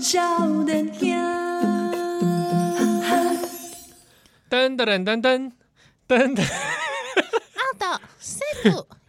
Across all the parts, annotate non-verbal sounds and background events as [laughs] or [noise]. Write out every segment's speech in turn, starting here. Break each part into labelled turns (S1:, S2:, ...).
S1: 少年兄。
S2: 噔噔噔噔噔噔噔。
S3: 奥斗、塞普、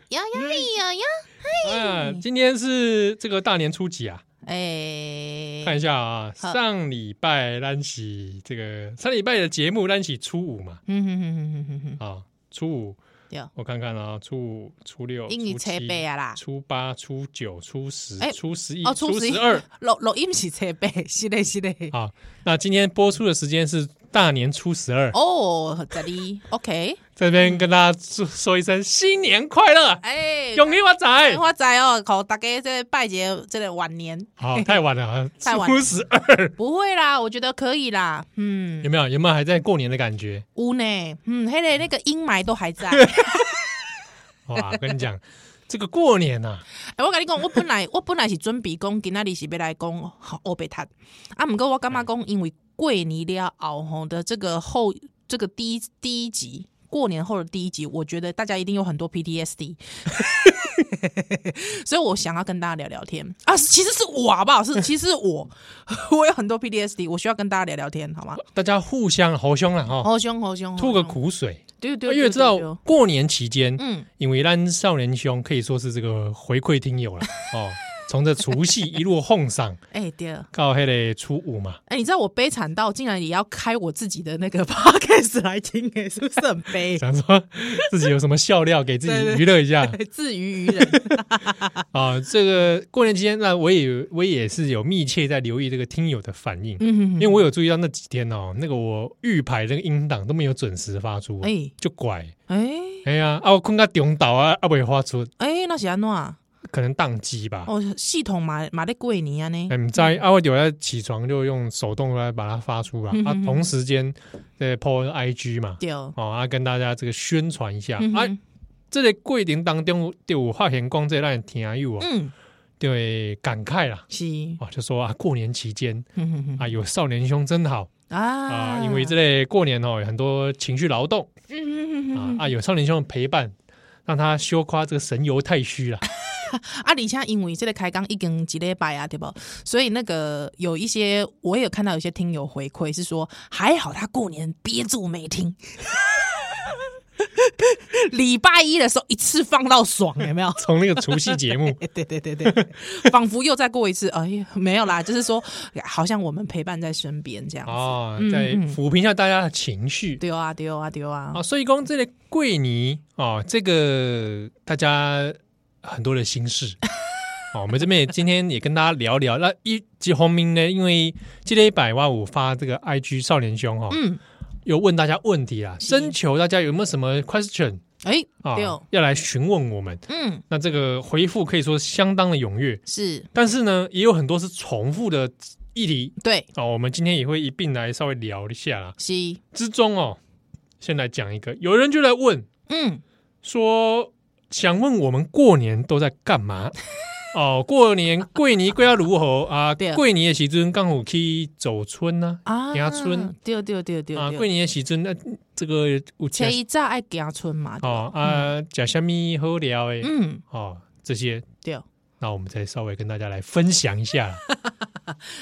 S3: 摇摇摇摇，
S2: 啊，今天是这个大年初几啊？看一
S3: 哎，
S2: 下啊，
S3: 好
S2: 上礼拜咱起这个上礼拜的节目咱起初五嘛，
S3: 嗯哼哼哼哼哼哼，
S2: 啊，初五
S3: 对，
S2: 我看看啊，初五、初六、
S3: 英语
S2: 初七
S3: 册背啊啦
S2: 初八、初九、初十
S3: 哎、
S2: 初十一、
S3: 哦，
S2: 初
S3: 初十一
S2: 十二。
S3: 录录音是七八，是嘞是嘞，
S2: 好，那今天播出的时间是大年初十二，
S3: 哦，这里 OK，
S2: 这边跟大家说说一声新年快乐，
S3: 哎，
S2: 永年发财。
S3: 我知哦，靠，大家这拜节这个晚年
S2: 好，太晚了啊，
S3: 太晚了
S2: 初十二，
S3: 不会啦，我觉得可以啦，嗯，
S2: 有没有？有没有还在过年的感觉？
S3: 有呢，嗯，黑嘞那个阴霾都还在。
S2: 哇，我跟你讲， [laughs] 这个过年啊呐、
S3: 哎、我跟你讲，我本来我本来是准备讲今仔日是要来讲欧白塔，啊，毋过我感觉
S2: 嗯
S3: 讲，因为过年了后吼的这个后这个第一第一集。过年后的第一集，我觉得大家一定有很多 PTSD，所以我想要跟大家聊聊天啊，其实是我好不好？是其实是我， [laughs] 我有很多 PTSD，我需要跟大家聊聊天，好吗？
S2: 大家互相好凶了哈，
S3: 好凶好凶，
S2: 哦吐个
S3: 好凶，
S2: 苦水。
S3: 哦
S2: 啊
S3: 对对，
S2: 因为知道
S3: 对，对对
S2: 过年期间，
S3: 嗯，
S2: 因为咱少年兄可以说是这个回馈听友了哦， [laughs] 从这除夕一路哄上
S3: 哎对，
S2: 到黑嘞初五嘛，
S3: 哎，你知道我悲惨到竟然也要开我自己的那个 [laughs] podcast 来听，哎，是不是很 [laughs] 悲？
S2: 想说 [laughs] 自己有什么笑料给自己娱乐一下
S3: [laughs] 自娱于人。
S2: 啊。这个过年期间，那我也我也是有密切在留意这个听友的反应，
S3: [laughs] 嗯
S2: 因为我有注意到那几天哦，那个我预排那个音档都没有准时发出，
S3: 哎
S2: 就拐。
S3: 哎
S2: 哎呀，啊，我困到中岛啊，啊，未发出，
S3: 哎，那是安怎样？
S2: 可能宕机吧。
S3: 哦，系统嘛嘛咧过年啊呢
S2: 哎，？唔知啊，我有在起床就用手动来把它发出来
S3: 嗯
S2: 啊
S3: 哼，哼
S2: 同时间在 po IG 嘛，
S3: 对，
S2: 哦啊，跟大家这个宣传一下
S3: 嗯
S2: 啊。
S3: 哼
S2: 这个过程当中，就有发现讲这咱的听友哦，
S3: 嗯，
S2: 就会感慨啦，
S3: 是，
S2: 哇，就说啊，过年期间
S3: 嗯哼哼
S2: 啊，有少年兄真好啊，
S3: 啊
S2: 因为这类过年哦，有很多情绪劳动
S3: 嗯哼哼
S2: 啊
S3: 哼
S2: 啊，有少年兄的陪伴，让他羞夸这个神游太虚了。
S3: 啊，而且因为这个开工已经几礼拜啊，对不？所以那个有一些我也有看到有些听友回馈是说，还好他过年憋住没听。 [laughs] 礼拜一的时候一次放到爽，有没有？
S2: 从那个除夕节目
S3: 对对对对， [laughs] 仿佛又再过一次。哎呀，没有啦，就是说，好像我们陪伴在身边这样子。
S2: 啊，
S3: 嗯
S2: 再
S3: 嗯
S2: 抚平一下大家的情绪
S3: 丢啊丢啊丢啊！
S2: 啊。所以讲这个桂泥啊，这个大家很多的心
S3: [laughs]
S2: 事。哦，我们这边也今天也跟大家聊聊。那一及红明呢，因为今天一百万五发这个 IG 少年兄哈、哦，
S3: 嗯，
S2: 有问大家问题啦，征求大家有没有什么 question
S3: 哎、
S2: 啊
S3: 对，，
S2: 要来询问我们。
S3: 嗯，
S2: 那这个回复可以说相当的踊跃，
S3: 是
S2: 但是呢，也有很多是重复的议题
S3: 对，
S2: 啊、我们今天也会一并来稍微聊一下啦。
S3: 是，
S2: 之中哦，先来讲一个，有人就来问
S3: 嗯，
S2: 说，想问我们过年都在干
S3: [laughs]
S2: 嘛？哦，过年桂年归要如何啊？
S3: 对
S2: 桂年的时阵刚好去走村呐、
S3: 啊，
S2: 行村
S3: 对对对对
S2: 啊，
S3: 对，
S2: 桂年的时阵那这个有吃
S3: 前一早爱行村嘛，对
S2: 哦
S3: 吧，
S2: 啊，讲虾米好料诶，
S3: 嗯，
S2: 哦这些，
S3: 对，
S2: 那我们再稍微跟大家来分享一
S3: [laughs]
S2: 下。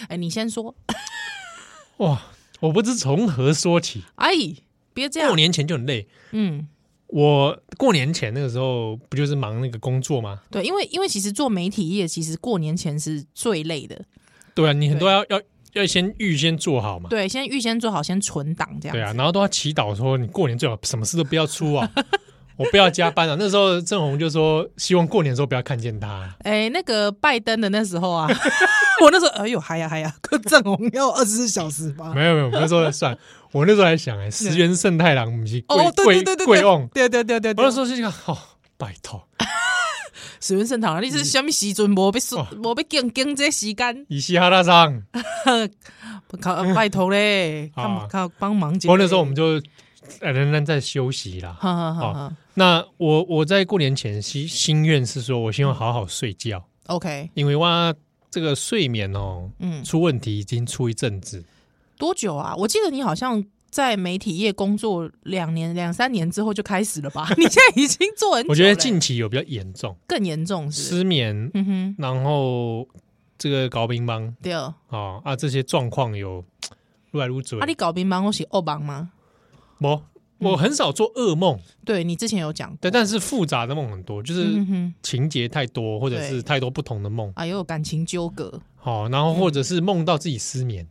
S3: 哎，你先说，
S2: 哇，我不知从何说起，
S3: 哎，别这样
S2: 过，年前就很累。
S3: 嗯，
S2: 我过年前那个时候不就是忙那个工作吗？
S3: 对，因为因为其实做媒体业，其实过年前是最累的，
S2: 对啊，你很多要要要先预先做好嘛。
S3: 对，先预先做好，先存档这
S2: 啊
S3: 样，
S2: 对啊，，然后都要祈祷说你过年最好什么事都不要出
S3: [laughs]
S2: 啊，我不要加班啊。那时候郑红就说希望过年的时候不要看见他。
S3: 哎，那个拜登的那时
S2: [laughs]
S3: 候啊， [laughs] 我那时候，哎呦，嗨呀嗨呀，跟郑红要二十四小时吧。
S2: 没有没有，我那时候在
S3: [laughs]
S2: 算，我那时候还想哎、石原慎太郎不是贵
S3: 哦，对对
S2: 贵
S3: 对对，
S2: 贵翁，
S3: 对对对对对，
S2: 我那时候就想哦，拜托，
S3: 水温盛堂，你
S2: 嗯
S3: 是什么时阵无被
S2: 哦
S3: 无被经经这时间？
S2: 以西哈拉桑。
S3: 啊靠，拜托嘞，
S2: [laughs] 啊
S3: 干嘛靠帮忙
S2: 不
S3: 姐。
S2: 过那时候我们就呃仍然在休息啦。
S3: 哈哈哈
S2: 哦
S3: 哈
S2: 那我我在过年前心心愿是说，我希望好好睡觉，
S3: ，OK，
S2: 因为哇，这个睡眠哦
S3: 嗯，
S2: 出问题已经出一阵子，
S3: 多久啊？我记得你好像在媒体业工作两年、两三年之后就开始
S2: [laughs]
S3: 了吧？你现在已经做很久了，欸
S2: 我觉得近期有比较严重
S3: 更严重是不是？
S2: 失眠，
S3: 嗯哼，
S2: 然后这个搞乒乓
S3: 对，啊，
S2: 哦啊这些状况有愈来愈准。
S3: 你嗯搞乒乓我是欧棒吗？
S2: 我我很少做噩梦，
S3: 对你之前有讲过，
S2: 对，但是复杂的梦很多，就是
S3: 哦嗯哼，
S2: 情节太多，或者
S3: 对
S2: 是太多不同的梦。
S3: 啊，又有感情纠葛，
S2: 哦，然后或者是梦到自己失
S3: [laughs]
S2: 眠，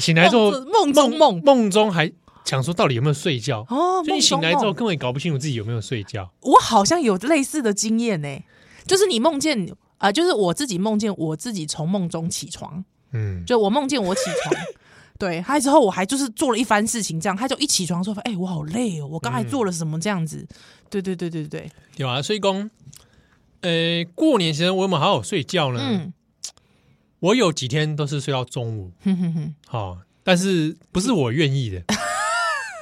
S2: 醒来之后
S3: 梦中梦
S2: 梦中还想说到底有没有睡觉，
S3: 哦，
S2: 所以
S3: 梦
S2: 你醒
S3: 中
S2: 来之后
S3: 梦，
S2: 根本也搞不清楚自己有没有睡觉。
S3: 我好像有类似的经验呢、就是你梦见啊、就是我自己梦见我自己从梦中起床，
S2: 嗯，
S3: 就我梦见我起 [laughs] 床。对，还之后我还就是做了一番事情，这样他就一起床说：“哎、我好累哦，我刚才做了什么这样子？”嗯对对对对对，
S2: 对啊，所以讲，呃，过年期间我有没有好好睡觉呢？
S3: 嗯，
S2: 我有几天都是睡到中午，
S3: 哼哼哼，
S2: 哦，但是不是我愿意的。
S3: [laughs]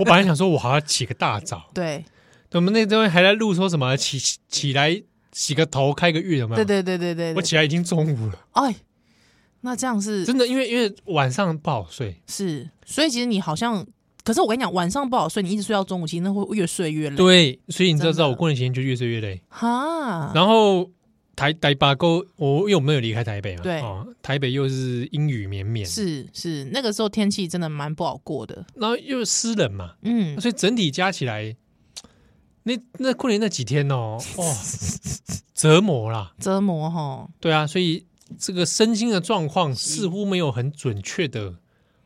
S2: 我本来想说，我好要起个大早，
S3: 对
S2: 我们那天还在录说什么起起起来洗个头、开个浴，有没有？
S3: 对对对对对，
S2: 我
S3: 对
S2: 起来已经中午了。
S3: 哎，那这样是
S2: 真的，因为因为晚上不好睡，
S3: 是，所以其实你好像，可是我跟你讲，晚上不好睡，你一直睡到中午，其实那会越睡越累。
S2: 对，所以你知道，
S3: 嗯真的嗯
S2: 知道我过年期间就越睡越累。
S3: 哈，
S2: 然后台台八沟，我因为我没有离开台北嘛，
S3: 对
S2: 哦，台北又是阴雨绵绵，，
S3: 是是，那个时候天气真的蛮不好过的。
S2: 然后又湿冷嘛，
S3: 嗯，
S2: 所以整体加起来，那那过年那几天哦，哇、折磨啦，
S3: 折磨哈，
S2: 对啊，所以这个身心的状况似乎没有很准确的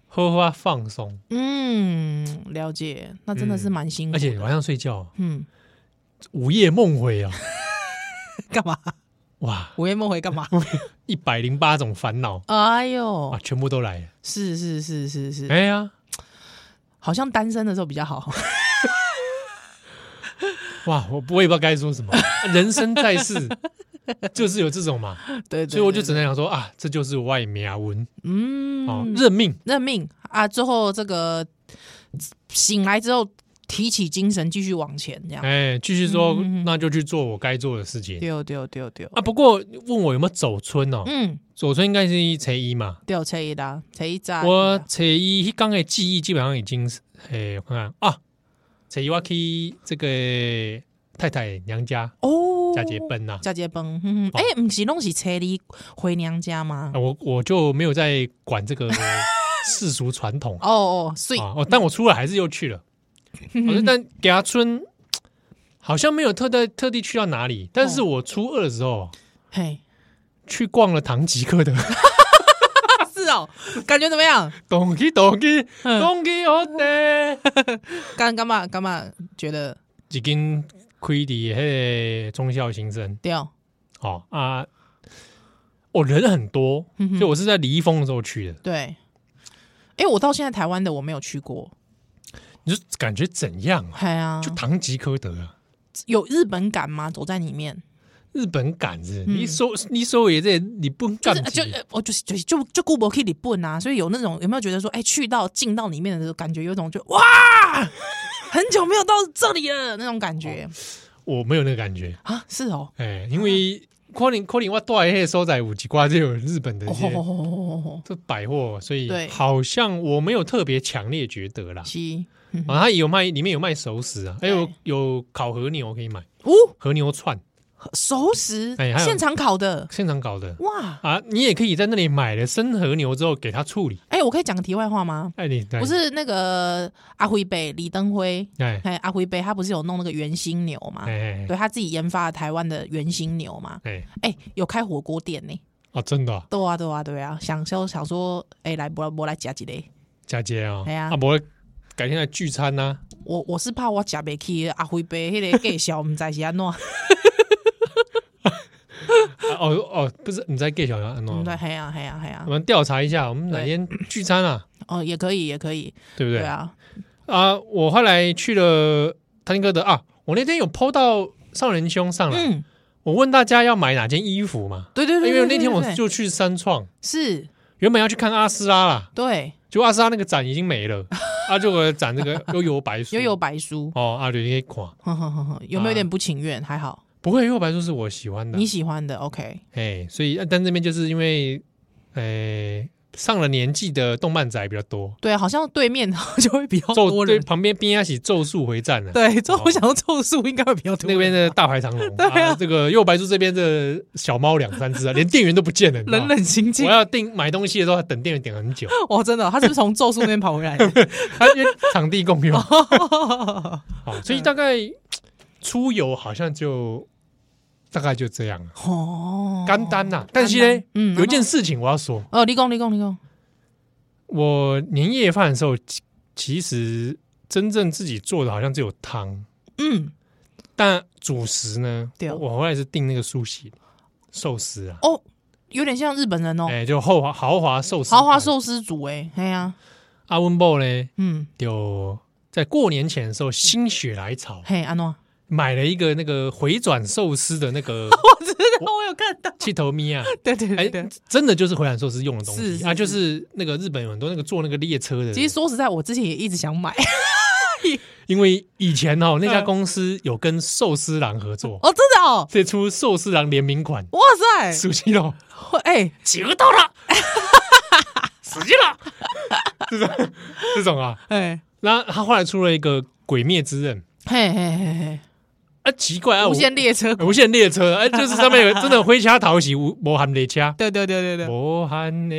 S2: 呵呵啊放松，
S3: 嗯，了解，那真的是蛮辛苦
S2: 而且
S3: 的。
S2: 晚上睡觉
S3: 嗯，
S2: 午夜梦回啊，
S3: [laughs] 干嘛？
S2: 哇，
S3: 午夜梦回干嘛？
S2: 一百零八种烦恼
S3: 哎
S2: 啊，
S3: 呦，
S2: 全部都来了，
S3: 是是是是是，
S2: 哎呀。
S3: 好像单身的时候比较好。 [laughs]
S2: 哇，我我也不知道该说什么，人生在世就是有这种嘛，
S3: 对，对
S2: 所以我就只
S3: 对
S2: 能想说啊，这就是外面文
S3: 嗯
S2: 哦，认命，
S3: 认命啊！最后这个醒来之后，提起精神继续往前，这样。
S2: 哎，继续说
S3: 嗯嗯嗯，
S2: 那就去做我该做的事情
S3: 对对对对，
S2: 啊。不过问我有没有走村哦，
S3: 嗯，
S2: 走村应该是初一嘛，
S3: 对，车一啦，车一扎。
S2: 我初一刚的记忆基本上已经是，哎，我看看啊，初一我去这个太太娘家
S3: 哦，
S2: 嫁接，哦奔呐。
S3: 嫁接崩。嗯，哎，不是拢是车里回娘家吗
S2: 啊？我我就没有在管这
S3: [laughs]
S2: 个世俗传统啊
S3: 哦哦，所以
S2: 啊，哦，但我出来还是又
S3: [laughs]
S2: 去了，我说但给他村好像没有特地特地去到哪里，但是我初二的时候
S3: 嘿， [laughs]
S2: 去逛了唐吉诃德，
S3: 哦是哦，感觉怎么样？
S2: [laughs] 咚吉咚吉
S3: 嗯
S2: 咚吉诃德，
S3: 干干嘛干嘛？觉得
S2: 一间开的嘿中校新生
S3: 掉？
S2: 哦啊，哦人很多，
S3: 嗯哼
S2: 所以我是在离峰的时候去的，
S3: 对。哎，我到现在台湾的我没有去过，
S2: 你就感觉怎样啊？
S3: 哎呀，
S2: 就唐吉诃德啊，
S3: 有日本感吗？走在里面，
S2: 日本赶子，
S3: 嗯
S2: 你收你收也在你不
S3: 就
S2: 干
S3: 是就呃我就是就是就就顾不去日本啊，所以有那种有没有觉得说，哎，去到进到里面的时候，感觉有种就哇，很久没有到这里了那种感觉
S2: 我没有那个感觉。
S3: 啊，是哦，
S2: 哎，因为可能可能我带迄个所在有一挂就有日本的一些
S3: 哦，
S2: 这百货，所以
S3: 对
S2: 好像我没有特别强烈觉得啦。
S3: 七
S2: 啊，它也有卖，里面有卖熟食啊，还
S3: 对
S2: 有有烤和牛可以买，
S3: 哦，
S2: 和牛串
S3: 熟食
S2: 哎还有
S3: 现场烤的
S2: 现场搞的
S3: 哇，
S2: 啊，你也可以在那里买了生和牛之后给它处理。
S3: 哎，我可以讲个题外话吗？
S2: 哎，你
S3: 不是那个阿辉北李登辉，
S2: 哎
S3: 哎，阿辉北他不是有弄那个圆心牛嘛？
S2: 哎哎
S3: 啊对他自己研发的台湾的圆心牛嘛？
S2: 哎
S3: 哎，有开火锅店呢。
S2: 哦，真的啊
S3: 对啊，对啊，对啊，想说想说，哎、来，我我来夹几嘞？
S2: 佳姐啊，
S3: 哎呀
S2: 啊，不会改天来聚餐啊呐，
S3: 我我是怕我夹不起阿辉杯，迄个介绍，唔知是
S2: 哦
S3: [laughs] 安怎，唔
S2: 啊哦哦，不是你在 get 小杨
S3: 知
S2: 喏，
S3: 嘿啊嘿啊嘿啊
S2: 我，们调查一下，我们哪天聚餐啊，
S3: 哦，也可以也可以，
S2: 对不
S3: 对
S2: 对？
S3: 啊，
S2: 啊，我后来去了汤哥的啊，我那天有 PO 到少年兄上来，
S3: 嗯，
S2: 我问大家要买哪件衣服嘛，啊
S3: 对对对，
S2: 哎因为那天
S3: 对
S2: 我
S3: 对对
S2: 就去三创，
S3: 是
S2: 原本要去看阿斯拉啦，
S3: 对
S2: 结果阿斯拉那个展已经没
S3: [laughs]
S2: 了，啊，就我展这个悠悠白书，
S3: 悠悠白书， [laughs]
S2: 哦，啊，对，你可以看，
S3: 哼哼哼哼，有没有
S2: 啊
S3: 点不情愿？还好
S2: 不会悠悠白书是我喜欢的啊
S3: 你，喜欢的，OK，
S2: 呃哎，所以啊但那边就是因为，哎，上了年纪的动漫仔比较多，
S3: 对，啊好像对面 [laughs] 就会比较
S2: 咒
S3: 多
S2: 对
S3: 人。
S2: 旁边边亚喜咒术回战呢、啊，
S3: 对，这我想说咒术应该会比较多
S2: 那
S3: 人。
S2: 边的大排长龙，啊这个右白猪这边的小猫两三只啊，连店员都不见了，你知道
S3: 冷
S2: 吗
S3: 冷清清
S2: 我，要订买东西的时候，等店员等很
S3: [laughs]
S2: 久，
S3: 哇，真的，他是不是从咒术那边跑回来
S2: [laughs]
S3: 的？
S2: 他因为场地共用，
S3: 哦
S2: 好，所以大概出游好像就大概就这样了，
S3: 哦，
S2: 干单呐、但是呢，
S3: 嗯
S2: 有一件事情我要说，
S3: 哦，立功立功立功，
S2: 我年夜饭的时候，其其实真正自己做的好像只有汤，
S3: 嗯，
S2: 但主食呢，
S3: 对
S2: 我我后来是订那个苏西寿司啊，
S3: 哦，有点像日本人哦，
S2: 哎、就豪华豪华寿司，
S3: 豪华寿司组哎，哎呀，
S2: 阿温布呢，
S3: 嗯，
S2: 有在过年前的时候心血来
S3: [laughs]
S2: 潮，
S3: 嘿，安诺，
S2: 买了一个那个回转寿司的那
S3: [laughs]
S2: 个
S3: 我知道，哦我有看到， [laughs]
S2: 气头咪啊，
S3: 对对
S2: 哎、
S3: 对对。
S2: 真的就是回转寿司用的东西
S3: 是是
S2: 啊，就是那个日本有很多那个坐那个列车的，
S3: 其实说实在，我之前也一直想买 [laughs]
S2: 因为以前哦那家公司有跟寿司郎合作，
S3: 哦，真的哦，
S2: 这出寿司郎联名款，
S3: 哇塞，
S2: 熟悉了，
S3: 会 [laughs] 哎，
S2: 企鹅到 [laughs] 了，死定了，这种这种啊。
S3: 哎，
S2: 然后他后来出了一个《鬼灭之刃》，
S3: 嘿嘿嘿
S2: 啊，奇怪啊，
S3: 嘿，
S2: 我
S3: 无限列车，
S2: 无限列车，哎，就是上面有真的灰掐讨喜，无无含列车，
S3: [laughs] 对对对对对，，
S2: 无含的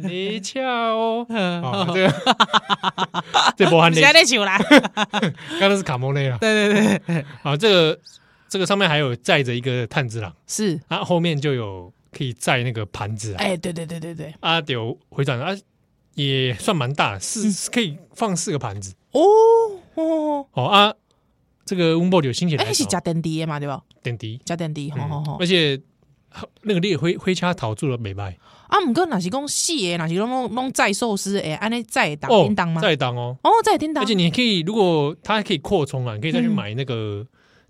S2: 列车哦
S3: 嗯，
S2: 啊，
S3: 好
S2: 这个 [laughs] 这无含列
S3: 现，在球啦，
S2: 刚才是卡莫内啊，
S3: 啊 [laughs] 对对对对，
S2: 啊，这个这个上面还有载着一个炭治郎，
S3: [laughs] 是，
S2: 啊，后面就有可以载那个盘子啊，
S3: 哎，对对对对对，
S2: 啊，有回转啊，也算蛮大，
S3: 嗯
S2: 四是可以放四个盘子。
S3: 哦哦，
S2: 哦啊，这个温布有心血
S3: 哎，
S2: 来
S3: 是哦
S2: 潮
S3: 加，点滴的嘛，对吧？
S2: 点滴，
S3: 加点滴，吼
S2: 嗯
S3: 吼吼
S2: 而。且那个烈灰灰掐逃住了美白
S3: 啊，毋过若是讲死诶，若是讲拢拢载寿司诶，安尼载当
S2: 哦
S3: 叮当，吗？
S2: 再当哦，
S3: 哦，载叮当
S2: 而。且你可以，如果它可以扩充啊，你可以再去
S3: 嗯
S2: 买那个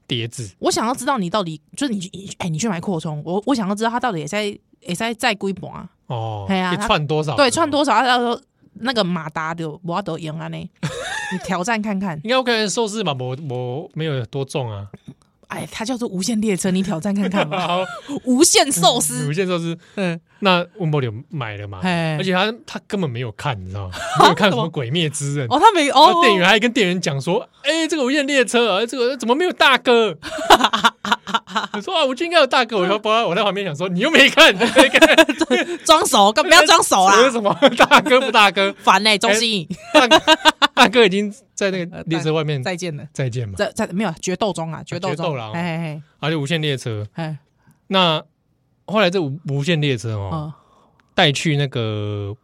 S2: 碟子，
S3: 我想要知道你到底就是你去你哎、你去买扩充，我我想要知道他到底也在也在载几盘，
S2: 哦，
S3: 嘿啊
S2: 可以串多少？
S3: 对，串，多少？他到时候那个马达的我都赢安尼，啊你挑战看看。
S2: 应该 OK，寿司嘛，我我没有多重
S3: [laughs]
S2: 啊，
S3: 哎，它叫做无限列车，你挑战看看
S2: [laughs]
S3: 吧。
S2: 好，
S3: 无限寿司
S2: 无，限寿司。
S3: 嗯，
S2: 那温布有买了嘛？
S3: 嘿
S2: 而且他他根本没有看，你知
S3: [laughs]
S2: 道吗？没有看什么《鬼灭之刃》
S3: 哦，他没
S2: 然
S3: 哦
S2: 后，店员还跟店员讲说：“哎、这个无限列车啊，这个怎么没有大哥？”
S3: [laughs]
S2: 我说啊，我就应该有大哥。我说不，我在旁边想说，你又没看，你在那边
S3: [laughs]
S2: 看
S3: 装熟，干不要装熟啦，
S2: [laughs] 有什么哎大哥不大
S3: [laughs]
S2: 哥？
S3: 烦嘞、欸，中心、
S2: 大哥大哥已经在那个列车外面
S3: 再见了，
S2: 再见嘛，
S3: 在在没有决斗中啊，决斗
S2: 决斗
S3: 中，
S2: 啦哦
S3: 哎哎
S2: 而且无限列车。
S3: 哎
S2: 那后来这无无限列车
S3: 哎，
S2: 哦，
S3: 哦，
S2: 带去那个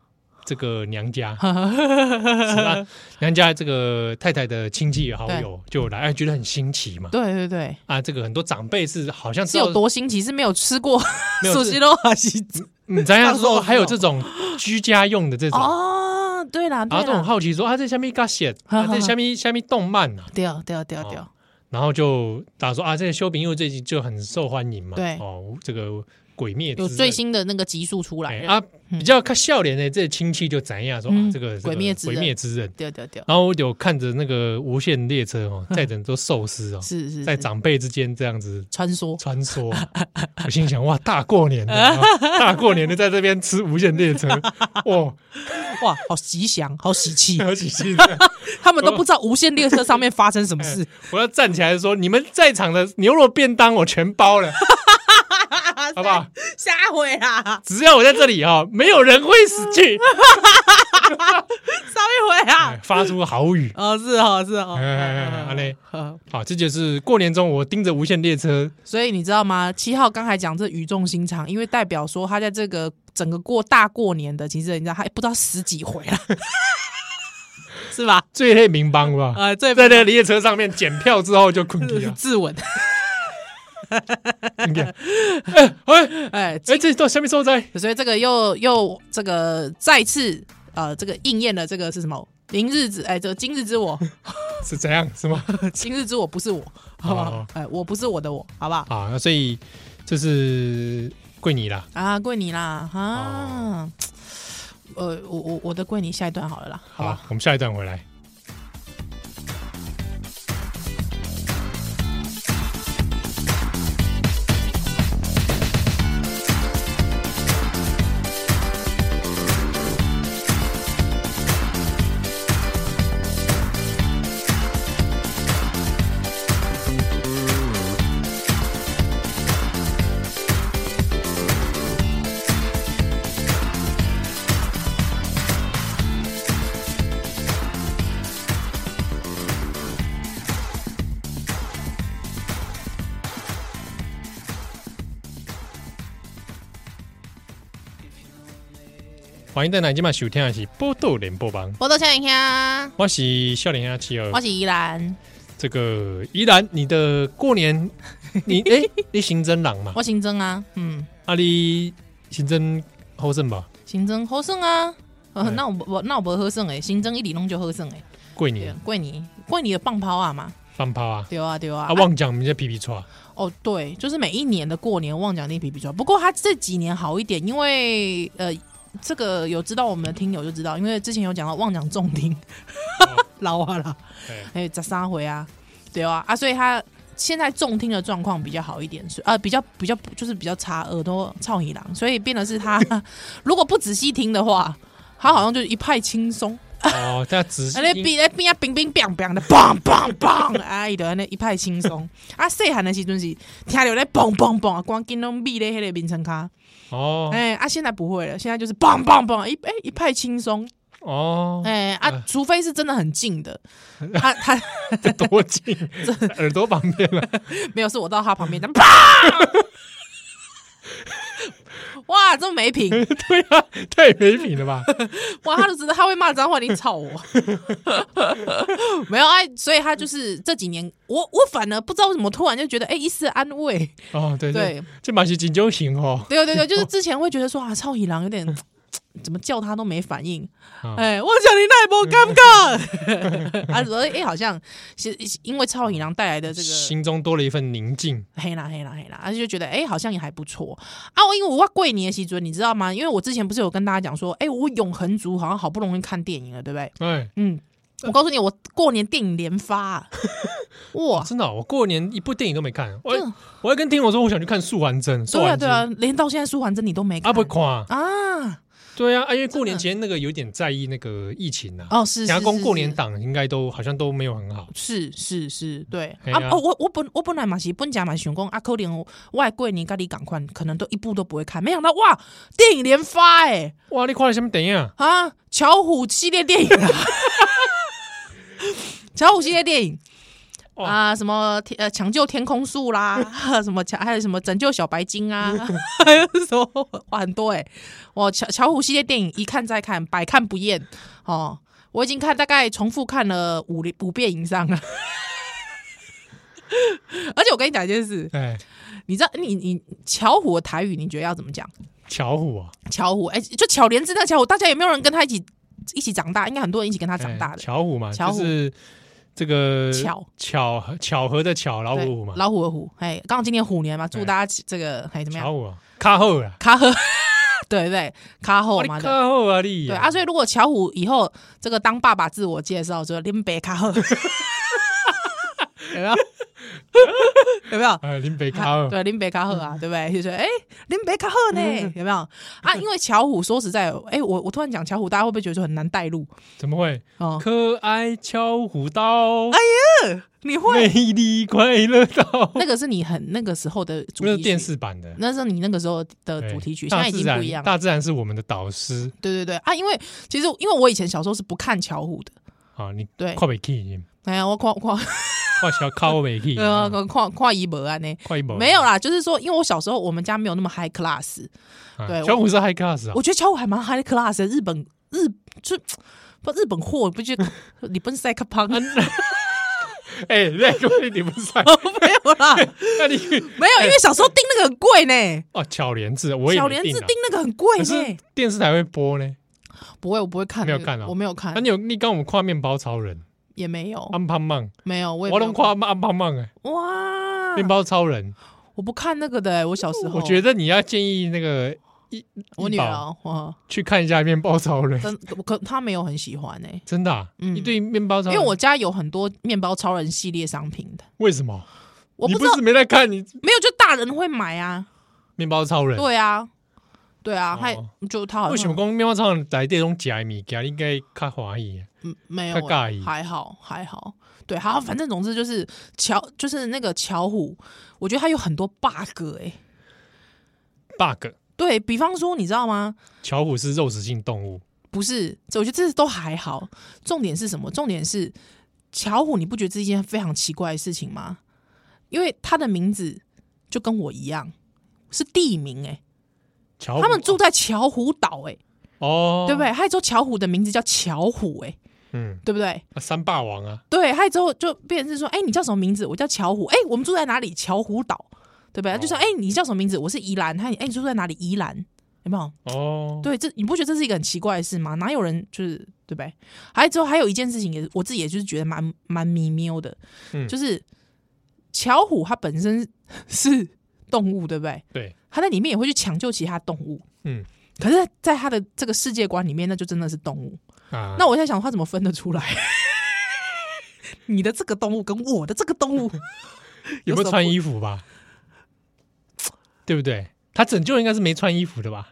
S2: 这个娘
S3: [laughs]
S2: 家，
S3: 嗯
S2: 是吧娘家这个太太的亲戚好友就来，哎，觉得很新奇嘛。
S3: 对对对。
S2: 啊，这个很多长辈是好像
S3: 是
S2: 知道
S3: 有多新奇，是没有吃过
S2: 没有
S3: 寿
S2: 是
S3: 司肉啊还是
S2: 嗯你
S3: [laughs]
S2: 咱要
S3: 到时候
S2: 说还有这
S3: 知
S2: 种居家用的这种，
S3: 哦，对啦，
S2: 然
S3: 对
S2: 后这种
S3: 啦，
S2: 好奇说啊，这下面搞写，啊，这下面下面动漫啊，
S3: 对对对对
S2: 哦，然后就打说啊，这个修平又最近就很受欢迎嘛，
S3: 对
S2: 哦，这个鬼灭之
S3: 有
S2: 刃
S3: 最新的那个集数出
S2: 哎
S3: 来，
S2: 啊，比较看笑脸的这亲戚就怎样说啊
S3: 嗯，
S2: 这个这个
S3: 鬼灭之刃
S2: 鬼灭之刃，
S3: 对对对，
S2: 然后我有看着那个无限列车哦，载着很多寿司哦，
S3: 嗯是是
S2: 在
S3: 是
S2: 长辈之间这样子
S3: 穿梭，
S2: 穿梭，
S3: [laughs]
S2: 我心想哇，大过年的，啊大过年的在这边吃无限列车，哇，
S3: 哇，好吉祥，好喜
S2: [laughs]
S3: 气，
S2: 好喜气的。
S3: 他们都不知道无限列车上面发生什么事，
S2: 我要站起来说，你们在场的牛肉便当我全包了，好不好？
S3: 下回啦，
S2: 只要我在这里哦，没有人会死去，
S3: 上一回啊
S2: 哎，发出豪语。
S3: 哦是哦是哦，
S2: 哎
S3: [laughs]
S2: 哎哎
S3: 嗯
S2: 好嘞，
S3: 嗯
S2: 好，这就是过年中我盯着无线列车，
S3: 所以你知道吗？七号刚才讲这语重心长，因为代表说他在这个整个过大过年的，其实人家还不知道十几回了， [laughs] 是吧？
S2: 最黑名帮吧，
S3: 呃，最
S2: 在那个列车上面检票之后就
S3: [laughs]
S2: 困去了。
S3: 自刎，
S2: 你看哎哎
S3: 哎，
S2: 哎，这到下面受灾，
S3: 所以这个又又这个再次呃，这个应验了这个是什么？明日之哎，这个今日
S2: [laughs]
S3: 之我，
S2: 是怎样是吗？
S3: 今日之我不是我，好不好
S2: 哦？
S3: [laughs] 哎，我不是我的我，好不好？
S2: 啊，那所以这是桂你啦，
S3: 啊，跪你啦，
S2: 哦
S3: 啊，呃，我我我的跪你下一段好了啦，好吧
S2: 好？，我们下一段回来。欢迎邓来今晚收听的是《波豆联播帮》，
S3: 我到笑一下，
S2: 我是笑脸阿七儿
S3: 我。是依兰，
S2: 哦这个依然，你的过
S3: [laughs]
S2: 年，你哎、你刑侦郎嘛？
S3: 我刑侦啊，嗯，
S2: 啊，你刑侦后生吧？
S3: 刑侦好胜啊，呃，
S2: 嗯
S3: 那我我那我不好胜诶，刑侦一理弄就好胜诶，
S2: 过
S3: 对
S2: 年
S3: 啊，怪你怪你的棒抛啊嘛，
S2: 放炮啊！
S3: 对啊对啊，
S2: 啊，忘讲我们这皮皮抓，
S3: 哦，对，就是每一年的过年旺奖那比比较，不过他这几年好一点，因为呃，这个有知道我们的听友就知道，因为之前有讲到旺奖重听， [laughs] 老啊啦，
S2: 哎
S3: 还有十三回啊，对啊啊，所以他现在重听的状况比较好一点，所以啊、比较比较就是比较差，耳朵操你郎，所以变得是他 [laughs] 如果不仔细听的话，他好像就一派轻松，
S2: 哦，大家仔细
S3: 啊，咧边咧边啊，冰冰冰冰的，砰砰砰， [laughs] 啊，伊就安尼一派轻松。啊，细汉的时阵是听着咧砰砰砰，啊，光紧拢咪咧迄个眠床卡。
S2: 哦
S3: 哎、啊，现在不会了，现在就是砰砰砰，一哎、一派轻松。 [laughs]
S2: 哦，
S3: 哎、啊，除非是真的很
S2: [laughs]
S3: 近的，他他
S2: 这多近，耳朵旁边了，
S3: 没有，是我到他旁边，他砰。 [laughs] 哇，这么没
S2: [laughs] [laughs]
S3: 品！
S2: 对啊，太没品了吧？
S3: 哇，他就知道他会骂脏话，你吵我。 [laughs] 没有哎、所以他就是这几年，我我反而不知道为什么突然就觉得，哎、一丝安慰。
S2: 哦，对对，
S3: 对，
S2: 这马是锦州行哦，
S3: 对对对，就是之前会觉得说啊，超乙郎有点怎么叫他都没反应，
S2: 嗯
S3: 哎、我讲你那波尴尬 [laughs] 啊，所以哎、好像是因为超乙郎带来的这个
S2: 心中多了一份宁静。
S3: 黑啦黑啦黑啦，而且就觉得哎、好像也还不错啊。我因为我过年的时准，你知道吗？因为我之前不是有跟大家讲说，哎、我永恒族好像好不容易看电影了，对不对？
S2: 哎，
S3: 嗯，我告诉你，我过年电影连
S2: [laughs]
S3: 发、啊，哇！
S2: 真的哦、我过年一部电影都没看。我
S3: 真的
S2: 我还跟听我说，我想去看《素还真》，《素
S3: 对啊
S2: 还
S3: 对
S2: 真》
S3: 啊，连到现在舒缓真你都没看
S2: 啊不看，
S3: 啊
S2: 对啊，啊因为过
S3: 真
S2: 年
S3: 的
S2: 前那个有点在意那个疫情啊，
S3: 哦是是
S2: 牙
S3: 是
S2: 工过
S3: 是
S2: 年档应该都好像都没有很好。
S3: 是是是，对
S2: 嘿
S3: 啊
S2: 啊
S3: 哦，我我本我本来嘛是本家嘛想讲啊，可能外国你跟你赶快，可能都一部都不会看，没想到哇，电影连发哎、
S2: 哇，你看了什么电影啊？
S3: 啊，巧虎系列电影啊， [laughs] 巧虎系列电影。
S2: 哇
S3: 啊，什么天呃抢救天空树啦， [laughs] 什么抢还有什么拯救小白
S2: [laughs]
S3: 鲸啊，还有什么哇很多哎、欸，我巧巧虎系列电影一看再看，百看不厌哦，我已经看大概重复看了五五遍以上了。 [laughs] 而且我跟你讲一件事，
S2: 哎，
S3: 你知道你你巧虎的台语你觉得要怎么讲？
S2: 巧虎啊，
S3: 巧虎哎、就巧莲子那巧虎，大家有没有人跟他一起一起长大？应该很多人一起跟他长大
S2: 哎
S3: 的。
S2: 巧虎嘛，
S3: 巧
S2: 就
S3: 虎
S2: 是这个
S3: 巧
S2: 巧合巧合的巧，老
S3: 对
S2: 虎虎嘛，
S3: 老虎的虎，哎，刚好今年虎年嘛，祝大家这个哎怎么样
S2: 巧？虎啊，卡后啊，
S3: 卡赫， [laughs] 对对，卡赫
S2: 哇你
S3: 嘛哦的，
S2: 卡后啊你，
S3: 对啊，所以如果巧虎以后这个当爸爸自我介绍，就林北卡赫， [laughs] 有没 [laughs] 有？有没有？
S2: 哎，林北卡嗯后，
S3: 对，林北卡赫啊，对不对？就说哎，林北卡赫
S2: 嗯
S3: 呢，有没有啊？因为巧虎说实在，哎，我我突然讲巧虎，大家会不会觉得说很难带入？
S2: 怎么会？
S3: 哦，哎
S2: 可爱巧虎刀，
S3: 你
S2: 魅
S3: 会
S2: 力快乐刀，
S3: 那个是你很那个时候的主
S2: 那是
S3: 题曲
S2: 电，视版的。
S3: 那是你那个时候的
S2: 对
S3: 主题曲，现
S2: 大
S3: 在已
S2: 自
S3: 经
S2: 然
S3: 不一样了。
S2: 大自然是我们的导师
S3: 对对对啊，因为其实因为我以前小时候是不看巧虎的，
S2: 啊！你
S3: 对
S2: 跨北 key，
S3: 哎呀，我看我看。
S2: 跨小靠北 key，
S3: 对啊，看看一博啊呢，
S2: 嗯跨一毛
S3: 没有啦，就是说，因为我小时候我们家没有那么 high class，
S2: 啊
S3: 对
S2: 巧虎是 high class 啊
S3: 我，觉得巧虎还蛮 high class 的，日本日就不日本货，不就你不是赛克胖？没
S2: 哎，那个你不在，
S3: [laughs] 有啦，
S2: 那你
S3: 没有，因为小时候订那个很贵呢，
S2: 哦，巧莲子，我也
S3: 小
S2: 没
S3: 莲
S2: 订
S3: 子
S2: 啊
S3: 订那个很贵
S2: 可是
S3: 呢，
S2: 电视台会播呢。
S3: 不会，我不会看那个，
S2: 没有看哦
S3: 我没有看
S2: 那，你有你刚我们跨面包超人
S3: 也没有，
S2: 安胖曼，
S3: 没有，哦我也
S2: 我
S3: 没
S2: 能
S3: 有啊
S2: 跨安胖曼哎，
S3: 哇，
S2: 面包超人，
S3: 我不看那个的欸，我小时候，
S2: 我觉得你要建议那个一
S3: 我
S2: 一
S3: 女
S2: 宝
S3: 儿哇，
S2: 去看一下面包超人，
S3: 真我可她没有很喜欢呢，
S2: 真的啊，
S3: 嗯
S2: 你对面包超
S3: 因
S2: 人，
S3: 为我家有很多面包超人系列商品的，
S2: 为什么
S3: 我
S2: 你
S3: 不知
S2: 不
S3: 道。
S2: 是没在看你
S3: 没有，就大人会买啊，
S2: 面包超人？
S3: 对啊，对啊，
S2: 哦
S3: 还就他好像
S2: 为什么讲面包超人来这种假米，假应该看怀疑
S3: 嗯没有
S2: 较
S3: 欸
S2: 介意
S3: 还好还好，对，好，反正总之就是巧，就是那个巧虎，我觉得它有很多 bug 哎、
S2: bug？
S3: 对比方说，你知道吗？
S2: 巧虎是肉食性动物，
S3: 不是，这我觉得这都还好，重点是什么？重点是巧虎，你不觉得这是一件非常奇怪的事情吗？因为它的名字就跟我一样是地名哎、
S2: 巧虎
S3: 他们住在巧虎岛哎、
S2: 哦，
S3: 对不？对？还有之后巧虎的名字叫巧虎、欸，哎，
S2: 嗯，
S3: 对不对？
S2: 啊三霸王啊，
S3: 对，还有之后就变成是说，哎、你叫什么名字？我叫巧虎，哎、我们住在哪里？巧虎岛，对不
S2: 哦
S3: 对？就说，哎、你叫什么名字？我是宜兰，他哎、你住在哪里？宜兰，有没有？
S2: 哦，
S3: 对，这你不觉得这是一个很奇怪的事吗？哪有人就是对不对？还有之后还有一件事情也是，我自己也就是觉得蛮蛮迷谬的，
S2: 嗯
S3: 就是巧虎它本身是动物，对不对？
S2: 对，
S3: 它在里面也会去抢救其他动物，
S2: 嗯
S3: 可是在它的这个世界观里面，那就真的是动物。
S2: 啊，
S3: 那我在想，它怎么分得出来？ [laughs] 你的这个动物跟我的这个动物
S2: 有没有
S3: 什么
S2: 穿
S3: 不
S2: 衣服吧？对不对？他拯救应该是没穿衣服的吧？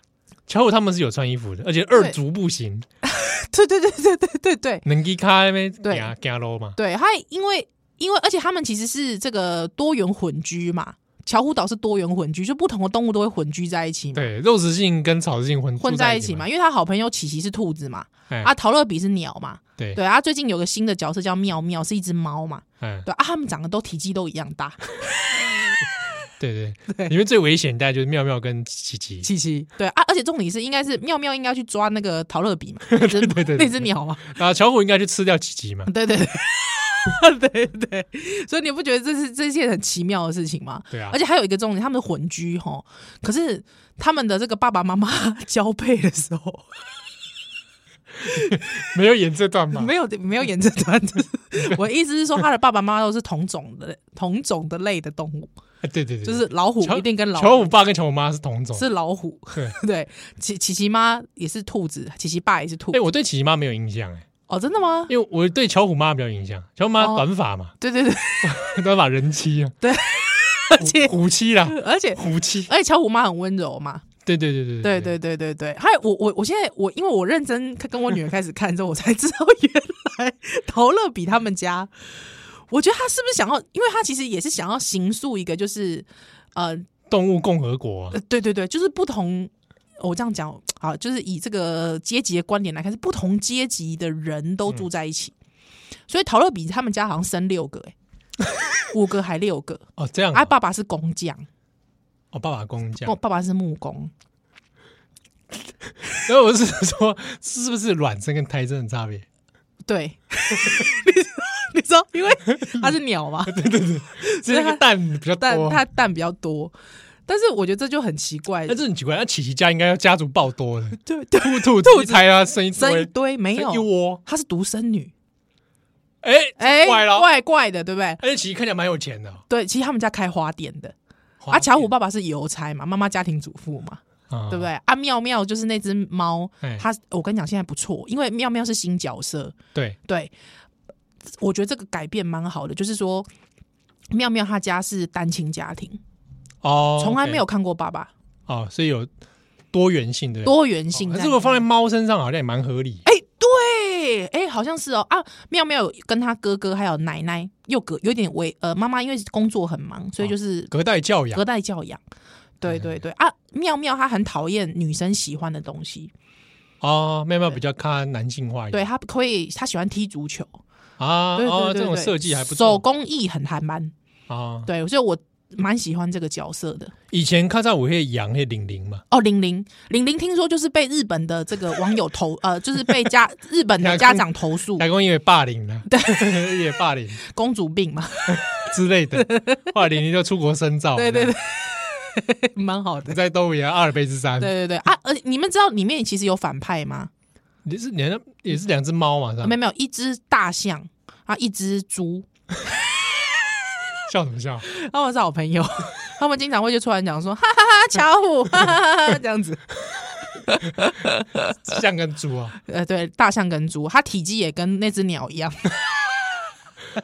S2: 巧虎他们是有穿衣服的，而且二足步行，
S3: [laughs] 对对对对对对对
S2: 能给卡那边
S3: 对
S2: 行行路嘛？
S3: 对，它因为因为而且他们其实是这个多元混居嘛，巧虎岛是多元混居，就不同的动物都会混居在一起嘛，
S2: 对，肉食性跟草食性混
S3: 混
S2: 住
S3: 在
S2: 在
S3: 一起嘛。，因为他好朋友琪琪是兔子嘛，
S2: 哎
S3: 啊，陶乐比是鸟嘛，
S2: 对，
S3: 对啊，最近有个新的角色叫妙妙，是一只猫嘛，
S2: 嗯，
S3: 对啊，他们长得都体积都一样大，
S2: 对对，
S3: 对
S2: 里面最危险大概就是妙妙跟琪琪，
S3: 琪琪对啊，而且重点是应该是妙妙应该去抓那个陶
S2: [laughs]
S3: 乐比嘛，那只
S2: 对对对
S3: 那只鸟嘛，
S2: 啊，巧虎应该去吃掉琪琪嘛？
S3: [laughs] 对对对。对对，所以你不觉得这是这是一件很奇妙的事情吗？
S2: 对啊
S3: 而且还有一个重点，他们的混居哈，可是他们的这个爸爸妈妈 [laughs] 交配的时候，
S2: 没有演这段嘛？
S3: 没有没有演这
S2: [laughs]
S3: 段，就是我的意思是说，他的爸爸妈妈都是同种的同种的类的动物，
S2: 啊对对对，
S3: 就是老虎
S2: 乔
S3: 一定跟老
S2: 乔
S3: 虎
S2: 虎爸跟乔虎妈是同种。
S3: 是老虎，
S2: 对，
S3: [laughs] 对，琪琪琪妈也是兔子，琪琪爸也是兔
S2: 哎、。我对琪琪妈没有印象哎，
S3: 哦，真的吗？
S2: 因为我对乔虎妈比较有印象。乔虎妈
S3: 哦
S2: 短发嘛， [laughs]
S3: 对对对，
S2: 短发人妻啊，
S3: 而且
S2: 虎妻啦，
S3: 而且
S2: 虎妻。
S3: 而且巧虎妈很温柔嘛，
S2: 对对对对
S3: 对对对对对。还有我我我现在我因为我认真看跟我女儿开始看之后，我才知道原来 [laughs] 陶乐比他们家，我觉得他是不是想要，因为他其实也是想要形塑一个就是呃
S2: 动物共和国、啊
S3: 呃，对对对，就是不同。哦我这样讲好，就是以这个阶级的观点来看，是不同阶级的人都住在一起，所以陶乐比他们家好像生六个、欸，五个还六个。
S2: 哦这样
S3: 啊，
S2: 啊，
S3: 爸爸是工匠，
S2: 哦爸爸公这
S3: 我
S2: 样，
S3: 爸爸是木工，
S2: 所以我是说是不是卵生跟胎生的差别？
S3: 对， [laughs] 你你说，因为他是
S2: [laughs]
S3: 鸟嘛，
S2: 所以那
S3: 它
S2: 个蛋比较
S3: 蛋
S2: 多，啊
S3: 它蛋比较多，但是我觉得这就很奇怪
S2: 那，这很奇怪，那琪琪家应该要家族爆多
S3: [laughs]
S2: 的， [laughs]
S3: 对对，
S2: 兔兔兔胎啊生一堆，
S3: 生一堆没
S2: 生一
S3: 有，
S2: 窝，
S3: 她是独生女，
S2: 哎、
S3: 哎，
S2: 怪了，
S3: 怪怪的，对不对？
S2: 而且琪琪看起来蛮有钱的哦，
S3: 对，其实他们家开花店的，
S2: 花
S3: 啊，巧虎
S2: 店
S3: 爸爸是邮差嘛，妈妈家庭主妇嘛，
S2: 啊
S3: 对不对？啊，妙妙就是那只猫
S2: 哎，
S3: 它我跟你讲现在不错，因为妙妙是新角色，
S2: 啊对，
S3: 对，我觉得这个改变蛮好的，就是说妙妙她家是单亲家庭，
S2: 哦，
S3: 从来没
S2: OK
S3: 有看过爸爸，
S2: 哦，所以有多元性的
S3: 多元性
S2: 哦
S3: 在
S2: 可
S3: 里面。
S2: 是我放在猫身上好像也蛮合理
S3: 哎，对，哎，好像是哦啊，妙妙有跟她哥哥还有奶奶又隔有点为呃妈妈因为工作很忙，所以就是
S2: 哦隔哎代教养
S3: 隔代教养。对对对啊，妙妙她很讨厌女生喜欢的东西，
S2: 哦，妙妙比较看男性化一
S3: 对
S2: 点，
S3: 她可以，她喜欢踢足球，
S2: 哎啊，
S3: 对
S2: 哦
S3: 对，对，
S2: 这种
S3: 对
S2: 设计还不
S3: 手
S2: 错
S3: 工艺很韩蛮，
S2: 啊。
S3: 对，所以我蛮喜欢这个角色的。
S2: 以前看在我会养那玲玲嘛，
S3: 哦，玲玲，玲玲听说就是被日本的这个网友投，呃，就是被家日本的家长投诉
S2: 打工因为霸凌了，对， [laughs] 也霸凌
S3: 公主病嘛，
S2: 之类
S3: [laughs]
S2: 的，后来玲玲就出国深造，
S3: 对对对， [laughs] 蛮好的。
S2: 在东北亚阿尔卑斯山
S3: 对，对对啊，而你们知道里面其实有反派吗？
S2: 也是两也是两只猫嘛，是吧
S3: 没有没有，一只大象啊，一只猪，
S2: 笑什么笑？
S3: [laughs] 他们是好朋友， [laughs] 他们经常会就突然讲说，哈哈 [laughs] 哈，巧虎，哈哈 [laughs] 哈，这样子。
S2: 像跟猪啊？ [laughs]
S3: 呃，对，大象跟猪，它体积也跟那只鸟一 [laughs] 样。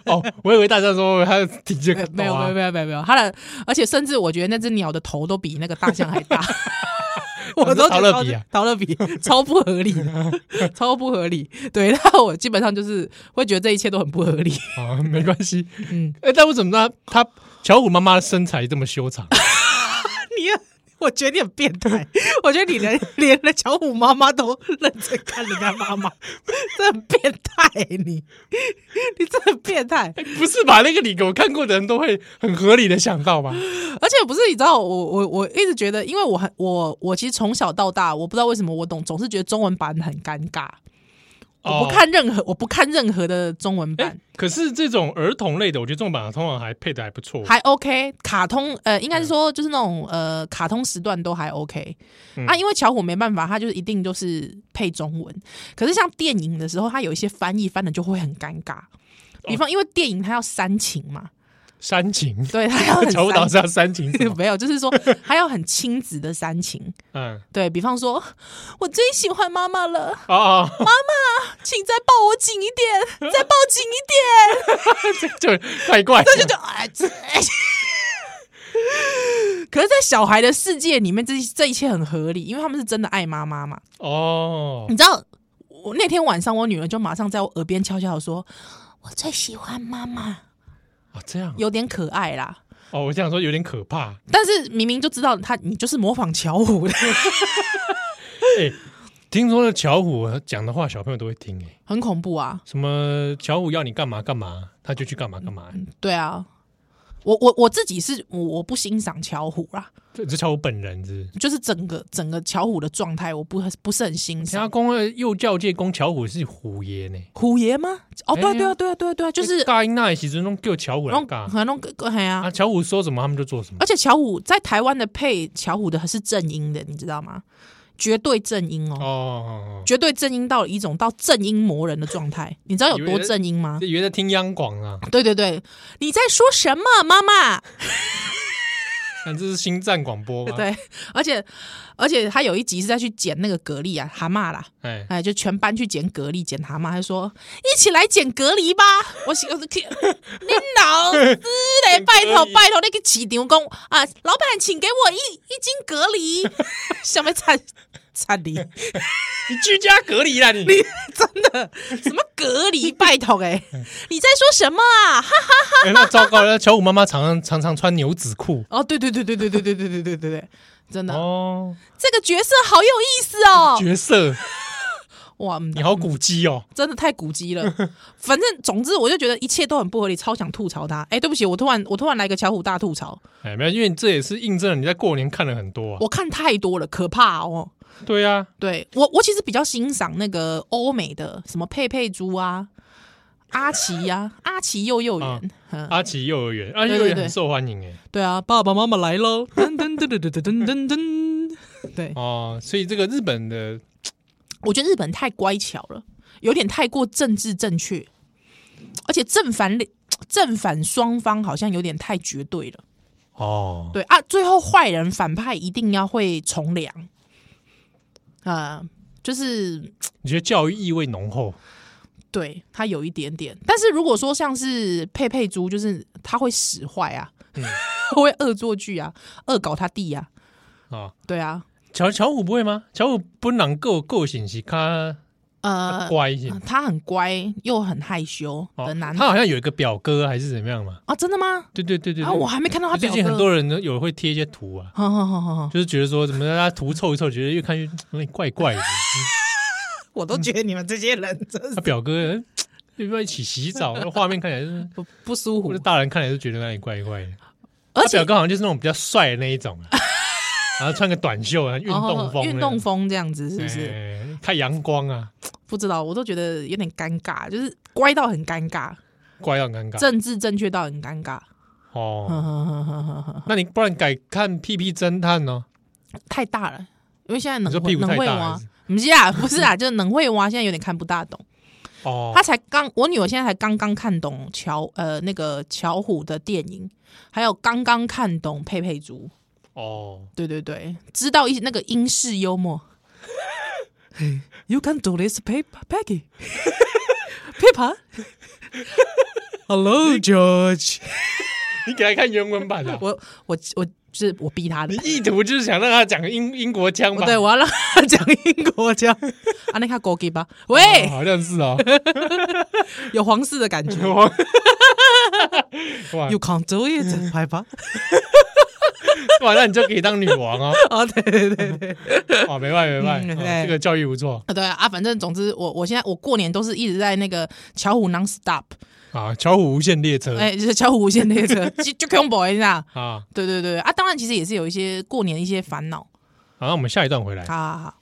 S2: 哦，我以为大家说它体积很
S3: 没有
S2: 大啊
S3: 没有没有没有没有，它的而且甚至我觉得那只鸟的头都比那个大象还 [laughs] 大，我都觉
S2: 陶
S3: 得
S2: 乐比啊，
S3: 陶乐比超不合理， [laughs] 超不合理。对，那我基本上就是会觉得这一切都很不合理。
S2: 啊，没关系。
S3: 嗯，
S2: 哎、但我怎么知道他巧虎妈妈的身材这么修长？
S3: 你我觉得你很变态，我觉得你连 [laughs] 连了巧虎妈妈都认真 [laughs] 看人家妈妈，这很变态、欸你， [laughs] 你这很变态。
S2: [laughs] 不是吧？那个你给我看过的人都会很合理的想到吧？
S3: 而且不是你知道，我我我一直觉得，因为我很我我其实从小到大，我不知道为什么我懂总是觉得中文版很尴尬。我不
S2: 哦
S3: 看任何，我不看任何的中文
S2: 哎、
S3: 版，
S2: 可是这种儿童类的，我觉得这种版通常还配的还不错。
S3: 还 OK，卡通呃，应该是说就是那种呃，卡通时段都还 OK、
S2: 嗯
S3: 啊，因为巧虎没办法，他就是一定就是配中文。可是像电影的时候，他有一些翻译翻的就会很尴尬。比方，因为电影它要煽情 [laughs] 嘛，
S2: 煽情，
S3: 对，它要 [laughs] 很
S2: 乔布
S3: 煽
S2: 是要煽情是
S3: 情，
S2: 吗
S3: [laughs] 没有，就是说它要很亲子的煽情。
S2: 嗯，
S3: 对比方说，我最喜欢妈妈了，
S2: 哦哦， [laughs]
S3: 请再抱我紧一点，再抱紧一点。
S2: 就怪怪
S3: [laughs]
S2: 的，
S3: 就就哎，这哎 [laughs] 可是，在小孩的世界里面，这这一切很合理，因为他们是真的爱妈妈嘛。
S2: 哦
S3: 你，知道，我那天晚上，我女儿就马上在我耳边悄悄地说：“我最喜欢妈妈，
S2: 哦这样，
S3: 有点可爱啦。
S2: 哦，我想说有点可怕，”
S3: 但是明明就知道她，你就是模仿巧虎的， [laughs]
S2: 哎、听说了巧虎讲的话，小朋友都会听、哎，
S3: 很恐怖啊！
S2: 什么巧虎要你干嘛干嘛，他就去干嘛干嘛、哎
S3: 对啊，我我我自己是我我不欣赏巧虎啦，
S2: 这这巧虎本人是不是。
S3: 就是整个整个巧虎的状态，我不不是很欣
S2: 人
S3: 赏。
S2: 家公呃幼教界公巧虎是虎爷呢，
S3: 虎爷吗？哦，对啊，
S2: 哎
S3: 对啊，对啊，对啊，对啊，就是
S2: 欸大英那时阵拢叫巧虎来
S3: 弄
S2: 干
S3: 可能弄个嘿啊
S2: 啊，，巧虎说什么他们就做什么
S3: 而且巧虎在台湾的配巧虎的是正音的，你知道吗？绝对正音
S2: 哦
S3: 哦，
S2: 哦，哦
S3: 绝对正音到一种到正音魔人的状态，你知道有多正音吗
S2: 哦，？以为在听央广啊， [laughs]
S3: 对对对，你在说什么，妈妈？
S2: 看这是星战广播吗？，
S3: 对，而且而且他有一集是在去捡那个蛤蜊啊，蛤蟆啦，
S2: 哎，
S3: 哎，就全班去捡蛤蜊，捡蛤蟆，他说一起来捡蛤蜊吧。我想，我的天，你老师嘞，拜托拜托，那个起牛工啊，老板，请给我一一斤蛤蜊， [laughs] 什么惨惨梨，
S2: 你居家隔离
S3: [laughs]
S2: 啦你，
S3: 真的什么蛤蜊，拜托哎、你在说什么啊？哈
S2: 哎那糟糕了，那巧虎妈妈常常常常穿牛仔
S3: [laughs]
S2: 裤
S3: 哦，对对对对对对对对对对对对，真的，
S2: 哦，
S3: 这个角色好有意思哦，
S2: 角色
S3: 哇，嗯
S2: 你好古鸡哦， [laughs]
S3: 真的太古鸡了。 [laughs] 反正总之，我就觉得一切都很不合理，超想吐槽他。哎、对不起，我突然我突然来个巧虎大吐槽，
S2: 哎，没有，因为这也是印证了你在过年看了很多啊，
S3: 我看太多了，可怕哦。
S2: 对啊，
S3: 对我，我其实比较欣赏那个欧美的什么佩佩猪啊、阿奇呀、 [laughs] 阿奇幼幼园，嗯，
S2: 阿奇幼儿园，阿奇
S3: 对对
S2: 幼儿园
S3: 对
S2: 很受欢迎哎，
S3: 对啊，爸爸妈妈来喽，噔噔噔噔噔噔噔噔，对，
S2: 哦，所以这个日本的
S3: 我觉得日本太乖巧了，有点太过政治正确，而且正反正反双方好像有点太绝对了。
S2: 哦，
S3: 对啊，最后坏人反派一定要会从良，啊、就是
S2: 你觉得教育意味浓
S3: [laughs]
S2: 厚，
S3: 对他有一点点。但是如果说像是佩佩猪，就是他会使坏啊，
S2: 嗯
S3: 会恶作剧啊，恶搞他弟啊，
S2: 啊，
S3: 对啊，
S2: 巧巧虎不会吗？巧虎本人够够性是他
S3: 呃，
S2: 乖一些
S3: 他很乖又很害羞
S2: 哦
S3: 的，男
S2: 他好像有一个表哥还是怎么样嘛？
S3: 啊，真的吗？
S2: 对对对对
S3: 啊，
S2: 对
S3: 我还没看到他
S2: 最
S3: 表
S2: 近很
S3: 哥。
S2: 多人呢有会贴一些图啊，
S3: 好好好好好，
S2: 就是觉得说怎么大家图凑一凑，觉得越看越有点怪怪
S3: [laughs]
S2: 的。
S3: 我都觉得你们这些人真是
S2: 他表哥嗯要不要一起洗澡？那画面看起来就是，
S3: 不不舒
S2: 或
S3: 服
S2: 者，大人看起来就觉得那里怪怪的。
S3: 而
S2: 他
S3: 且
S2: 表哥好像就是那种比较帅的那一
S3: [laughs]
S2: 种啊，然后穿个短袖啊，运动风
S3: 哦
S2: 那种，
S3: 运动风这样子是不是？
S2: 哎太阳光啊，
S3: 不知道，我都觉得有点尴尬，就是乖到很尴尬，
S2: 怪到很尴尬
S3: 政治正确到很尴尬。嗯
S2: 哦。
S3: 哦、
S2: 那你不然改看《屁屁侦探》哦呢？
S3: 太大了，因为现在
S2: 你说
S3: 能
S2: 屁股
S3: 能
S2: 太
S3: 会
S2: 大了
S3: 挖
S2: 是，
S3: 不是啊， [laughs]
S2: [laughs]
S3: 不是啊，就是能会挖，现在有点看不大懂。
S2: 哦
S3: 他，才刚，我女儿现在才刚刚看懂乔呃那个巧虎的电影，还有刚刚看懂佩佩猪，
S2: 哦，
S3: 对对对，知道一那个英式
S2: [laughs]
S3: 幽默。You can do this, p a p [laughs] Peggy. Peppa. Hello, George.
S2: 你给他看原文版的
S3: [laughs]
S2: 啊，
S3: 我我我就是我逼他
S2: [laughs]
S3: 的
S2: 你，意图就是想让他讲英英国腔
S3: 我
S2: 吧？哦
S3: 对我要让他讲英国腔， [laughs] 啊，那看国语吧，
S2: 哦
S3: 喂，
S2: 好像是哦。
S3: [laughs] 有皇室的感
S2: [laughs]
S3: 觉
S2: 哇， [laughs]
S3: ，You can't do it，拍吧，
S2: 哇，那你就可以当女王
S3: [laughs]
S2: 哦！
S3: 哦，对对对对，
S2: 哇，没办法没
S3: 嗯
S2: 办法，
S3: 对
S2: 哦这个教育不错
S3: [laughs] 啊对啊，啊反正总之我我现在我过年都是一直在那个巧虎 non stop，
S2: 啊，巧虎无限列车
S3: 哎、就是巧虎无线列车，就就 combo 一下。
S2: 啊。
S3: 对对对啊，当然其实也是有一些过年的一些烦恼。
S2: 好，那我们下一段回来。
S3: 好好好，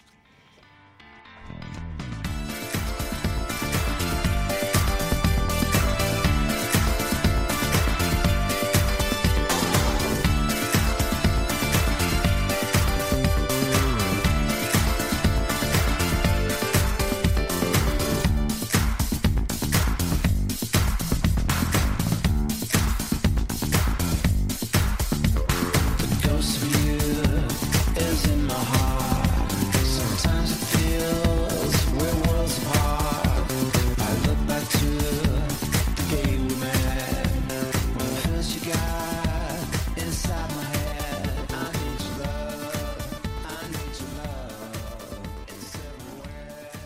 S1: The ghost of you is in my heart. Sometimes it feels we're worlds apart. I look back to the day we met. When the first you got inside my head. I need your love. I need your love. It's everywhere.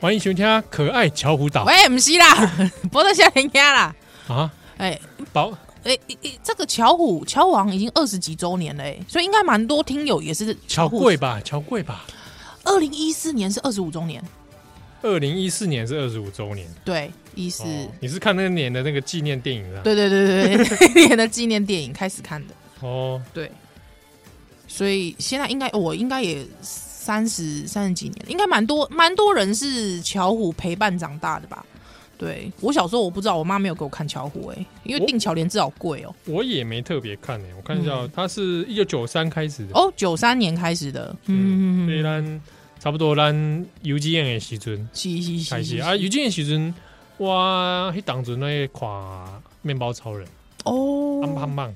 S2: 欢迎收听可爱巧虎岛
S3: 喂，不是啦，不是吓人家啦。
S2: 啊，
S3: 哎、
S2: 宝
S3: 哎、哎这个巧虎巧虎王已经二十几周年了、哎，所以应该蛮多听友也是
S2: 巧贵。吧，巧贵吧。
S3: 二零一四年是二十五周年，
S2: 二零一四年是二十五周年，
S3: 对，一四、
S2: 哦你是看那个年的那个纪念电影啊？
S3: 对对对对对， [laughs] 那年的纪念电影开始看的，
S2: 哦，
S3: 对。所以现在应该我应该也三十三十几年，应该蛮多蛮多人是巧虎陪伴长大的吧？对我小时候我不知道，我妈没有给我看巧虎哎、因为
S2: 我
S3: 订巧莲至好贵哦、
S2: 我也没特别看诶、我看一下哦，它是一九九三开始的，
S3: 嗯哦，九三年开始的，
S2: 嗯，
S3: 嗯
S2: 所以
S3: 嗯嗯，
S2: 咱差不多咱游击演的时阵
S3: 是是
S2: 开
S3: 是
S2: 始
S3: 是
S2: 啊，游击演时阵，哇，迄当阵那看面包超人，棒
S3: 哦
S2: 棒棒，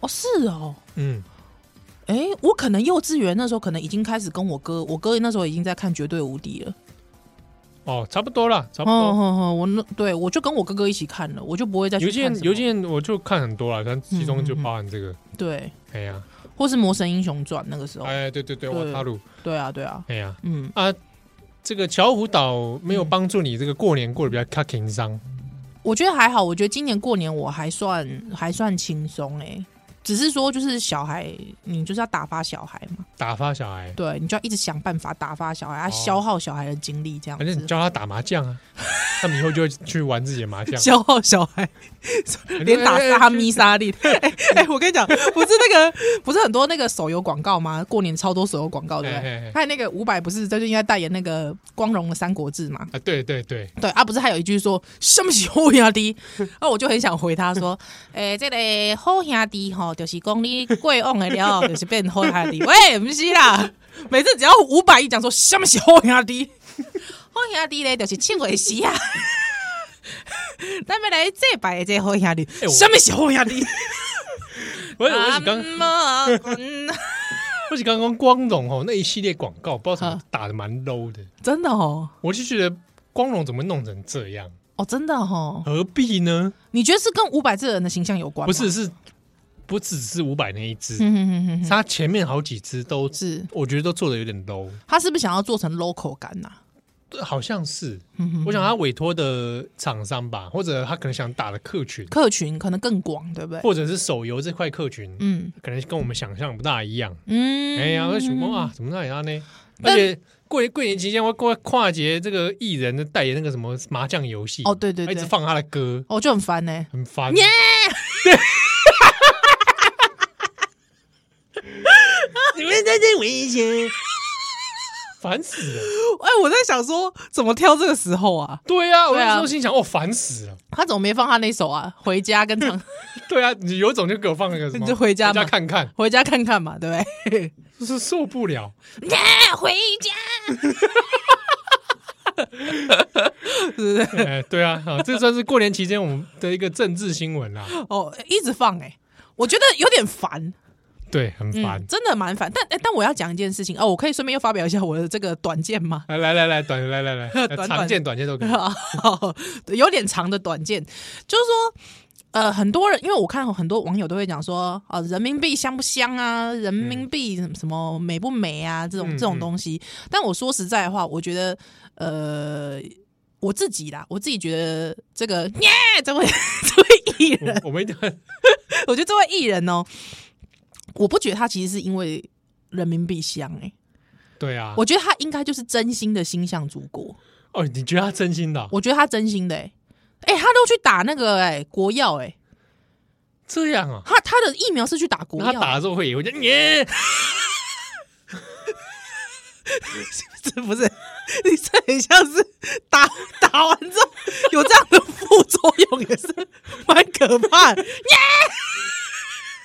S3: 哦是哦，
S2: 嗯，
S3: 哎、我可能幼稚园那时候可能已经开始跟我哥，我哥那时候已经在看《绝对无敌》了。
S2: 哦，差不多啦，差不
S3: 哦
S2: 多。
S3: 哦哦，我那对我就跟我哥哥一起看了，我就不会再去
S2: 邮件
S3: 看什么嗯
S2: 邮件我就看很多啦，但其中就包含这个，
S3: 对，
S2: 哎呀，
S3: 或是《魔神英雄传》那个时候，
S2: 哎，对对对，
S3: 哦
S2: 瓦
S3: 对
S2: 塔鲁，
S3: 对啊对啊，
S2: 哎呀，
S3: 嗯，
S2: 这个巧虎岛没有帮助你这个过年过得比较卡情商，
S3: 嗯我觉得还好，我觉得今年过年我还算还算轻松哎，只是说就是小孩，你就是要打发小孩嘛，
S2: 打发小孩，
S3: 对，你就要一直想办法打发小孩，啊，
S2: 哦
S3: 消耗小孩的精力这样
S2: 反正你
S3: 子。
S2: 教他打麻将
S3: [laughs]
S2: 啊，他们以后就会去玩自己的麻将，
S3: 消耗小孩，连打
S2: 哎
S3: 杀咪杀力。 [laughs] 哎、哎我跟你讲，不是那个，不是很多那个手游广告吗？过年超多手游广告，对不
S2: 哎哎哎
S3: 对？还有那个伍佰不是这就应该代言那个光荣的《三国志》嘛？
S2: 啊，对对对，
S3: 对啊，不是还有一句说什么是好
S2: [laughs]
S3: 兄弟？啊，我就很想回他说，诶、这个好兄弟吼，就是讲你过往的了， [laughs] 就是变好兄弟。喂，不是啦，每次只要五百一讲说什么是好兄弟，好兄弟嘞，就是庆鬼时啊。咱们来这摆的这好兄弟，
S2: 哎我
S3: 什么是好兄
S2: [laughs]
S3: 弟？
S2: 我我是刚
S3: 刚
S2: 我是刚刚光荣哦那一系列广告，不知道
S3: 啊
S2: 怎么打的蛮 low 的，
S3: 真的哦，
S2: 我就觉得光荣怎么弄成这样，
S3: 哦真的哦，
S2: 何必呢？
S3: 你觉得是跟五百这个人的形象有关吗？
S2: 不是，是不只是五百那一只，
S3: 嗯哼哼哼哼，
S2: 它前面好几只都，
S3: 是
S2: 我觉得都做的有点 low，
S3: 他是不是想要做成 local 感啊呐、
S2: 好像是，
S3: 嗯哼
S2: 我想他委托的厂商吧，或者他可能想打的客群，
S3: 客群可能更广，对不对？
S2: 或者是手游这块客群，
S3: 嗯
S2: 可能跟我们想象不大一样。
S3: 嗯，
S2: 哎呀，我想讲啊，怎么那样呢？而
S3: 但
S2: 且过年过年期间，我过跨节这个艺人的代言那个什么麻将游戏，
S3: 哦，对对
S2: 一直
S3: 对，
S2: 放他的歌，
S3: 我哦就很烦欸呢、
S2: 很烦。 [laughs]
S3: 耶
S2: 你们在这危
S3: [laughs]
S2: 险，烦死了。
S3: 哎，我在想说，怎么挑这个时候啊？
S2: 对呀、我
S3: 对啊
S2: 那时候心想，哦，烦死了。
S3: 他怎么没放他那首啊？回家跟 [laughs] 唱，
S2: 对啊，你有种就给我放那个什么，
S3: 你就回家嘛
S2: 看看，
S3: 回家看看嘛，对不对？
S2: 就是受不了。 [laughs]
S3: 耶， [laughs] 回家。是不是？
S2: 哎，对啊，啊，这算是过年期间我们的一个政治新闻啦。
S3: 哦，一直放哎、我觉得有点烦，
S2: 对，很烦
S3: 嗯，。真的蛮烦。但哎但我要讲一件事情哦，我可以顺便又发表一下我的这个短见吗？
S2: 来来来来，短来
S3: [laughs]
S2: 来来，呃
S3: 短短
S2: 常见短见都
S3: [laughs]
S2: 可以。
S3: 有点长的短见，就是说。呃，很多人因为我看很多网友都会讲说，啊，人民币香不香啊？人民币什么什么美不美啊？这种
S2: 嗯
S3: 这种东西。但我说实在的话，我觉得，呃，我自己啦，我自己觉得这个 [laughs] 耶，这位这位艺人，
S2: 嗯我我们一定要
S3: 我觉得这位艺人哦，我不觉得他其实是因为人民币香哎、
S2: 对啊，
S3: 我觉得他应该就是真心的心向祖国，
S2: 哦，你觉得他真心的哦、
S3: 我觉得他真心的哎、哎、他都去打那个哎、国药哎、
S2: 这样啊？
S3: 他他的疫苗是去打国
S2: 那
S3: 药，
S2: 他打了之后会也会觉得耶，
S3: 这不是？ [laughs] 你这很像是打打完之后有这样的副作用，也是蛮可怕的。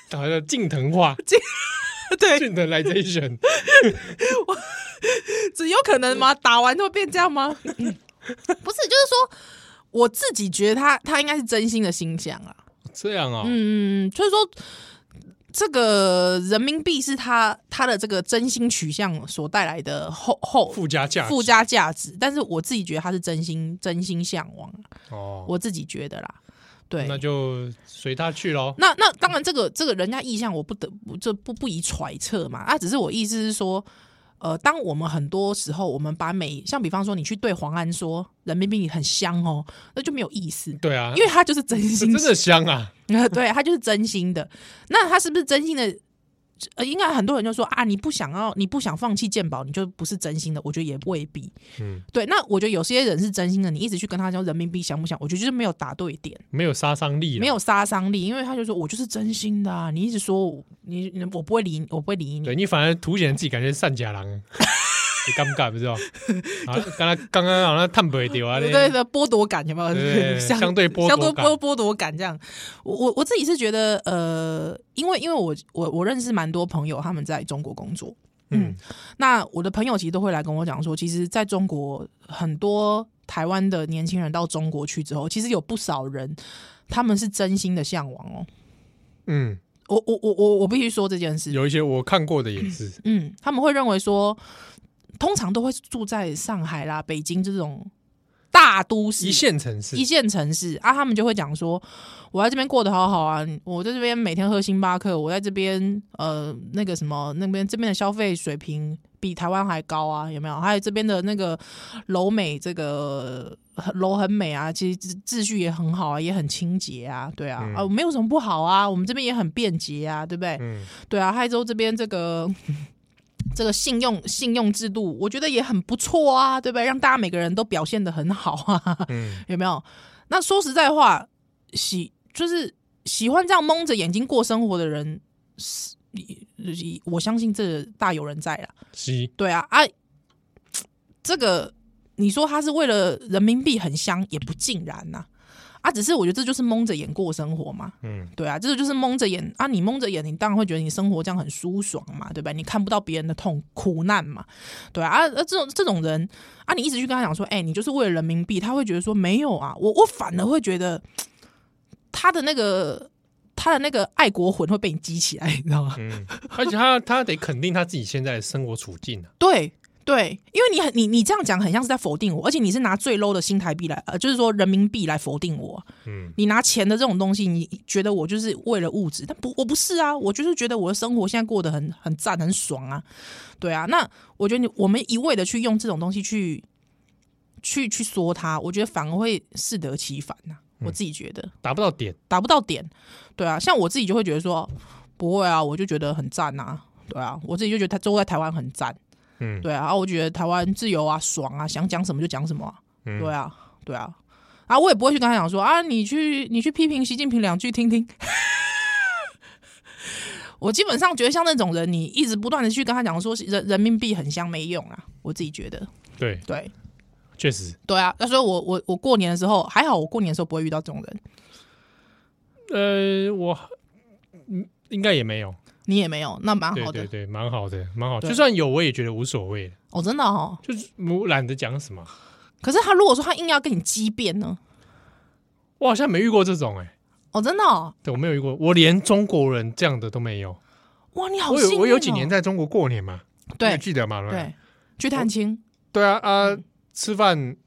S2: 打了近藤
S3: [laughs]
S2: 化
S3: 对， [laughs]
S2: （Generalization）。
S3: 只有可能吗？打完都会变这样 [laughs] 吗？不是，就是说我自己觉得他他应该是真心的心想啊。
S2: 这样啊、
S3: 嗯，就是说这个人民币是他他的这个真心取向所带来的后后
S2: 附加价值
S3: 附加价值，但是我自己觉得他是真心真心向往，
S2: 哦，
S3: 我自己觉得啦。对，嗯
S2: 那就随他去喽。
S3: 那那当然，这个这个人家意向我不得不这不不宜揣测嘛。啊，只是我意思是说，呃，当我们很多时候我们把每像比方说你去对黄安说人民币很香哦，那就没有意思，
S2: 对啊，
S3: 因为他就是真
S2: 这
S3: 心
S2: 真的香啊，
S3: [laughs] 对他就是真心的。那他是不是真心的？呃，应该很多人就说啊，你不想要，你不想放弃鉴宝，你就不是真心的。我觉得也未必。
S2: 嗯，
S3: 对。那我觉得有些人是真心的，你一直去跟他讲人民币想不想，我觉得就是没有打对点，
S2: 没有杀伤力，啊
S3: 没。有杀伤力，因为他就说我就是真心的啊，你一直说我你你我不会理你，我不会理你。
S2: 对你反而凸显自己感觉是善假
S3: [laughs]
S2: 郎，你尴尬不知道？啊，刚刚刚刚好像探不掉啊，
S3: 对
S2: 嘞
S3: 对对，剥夺感有没有？
S2: 对对对
S3: 相
S2: 相对剥夺
S3: 相对
S2: 感
S3: 剥剥夺感这样。我我我自己是觉得，呃，因为因为我我我认识蛮多朋友，他们在中国工作，
S2: 嗯，
S3: 那我的朋友其实都会来跟我讲说，其实在中国很多台湾的年轻人到中国去之后，其实有不少人他们是真心的向往哦。
S2: 嗯，
S3: 我我我我我必须说这件事，
S2: 有一些我看过的也是，
S3: 嗯，他们会认为说，通常都会住在上海啦、北京这种大都市
S2: 一线城市
S3: 一，线城市啊，他们就会讲说，我在这边过得好好啊，我在这边每天喝星巴克，我在这边呃那个什么那边这边的消费水平比台湾还高啊，有没有？还有这边的那个楼美，啊这个呃楼很美啊，其实秩秩序也很好啊，也很清洁啊，对啊，啊没有什么不好啊，我们这边也很便捷啊，对不对？
S2: 嗯，
S3: 对啊，泰州这边这个 [laughs] 这个信用信用制度，我觉得也很不错啊，对不对？让大家每个人都表现的很好啊，
S2: 嗯
S3: 有没有？那说实在话，喜就是喜欢这样蒙着眼睛过生活的人，是你我相信这大有人在啦。
S2: 是，
S3: 对啊，啊，这个你说他是为了人民币很香，也不尽然呐、啊，只是我觉得这就是蒙着眼过生活嘛。
S2: 嗯，
S3: 对啊，这个就是蒙着眼啊，你蒙着眼，你当然会觉得你生活这样很舒爽嘛，对吧？你看不到别人的痛苦难嘛，对啊，啊，啊这种这种人啊，你一直去跟他讲说，哎、你就是为了人民币，他会觉得说没有啊，我我反而会觉得他的那个他的那个爱国魂会被你激起来，你知道吗？
S2: 嗯， [laughs] 而且他他得肯定他自己现在的生活处境啊，
S3: 对对，因为你很你你这样讲很像是在否定我，而且你是拿最 low 的新台币来，呃，就是说人民币来否定我。
S2: 嗯，
S3: 你拿钱的这种东西，你觉得我就是为了物质，但不我不是啊，我就是觉得我的生活现在过得很很赞很爽啊，对啊。那我觉得你我们一味的去用这种东西去去去说它，我觉得反而会适得其反呐、我自己觉得。
S2: 达不到点，
S3: 打不到点，对啊，像我自己就会觉得说，不会啊，我就觉得很赞呐，对啊，我自己就觉得他住在台湾很赞，
S2: 嗯
S3: 对啊，然后我觉得台湾自由啊，爽啊，想讲什么就讲什么、啊，
S2: 嗯
S3: 对啊，对啊，啊，我也不会去跟他讲说啊，你去你去批评习近平两句听听。 [laughs] 我基本上觉得像那种人，你一直不断的去跟他讲说人人民币很香没用啊，我自己觉得，
S2: 对，
S3: 对
S2: 确实，
S3: 对啊，那所以我我我过年的时候还好，我过年的时候不会遇到这种人，
S2: 呃，我嗯应该也没有，
S3: 你也没有，那蛮
S2: 对
S3: 好的
S2: 对对，蛮好的，蛮好，
S3: 对
S2: 就算有我也觉得无所谓，
S3: 哦，真的哦，
S2: 就是我懒得讲什么，
S3: 可是他如果说他硬要跟你激辩呢？
S2: 我好像没遇过这种哎、
S3: 哦，真的、哦，
S2: 对，我没有遇过，我连中国人这样的都没有。
S3: 哇，你好
S2: 我
S3: 幸运、
S2: 有
S3: 哦、
S2: 我有几年在中国过年嘛，你也
S3: 对
S2: 记得嘛？吧
S3: 对嗯去探亲，
S2: 对啊啊，吃饭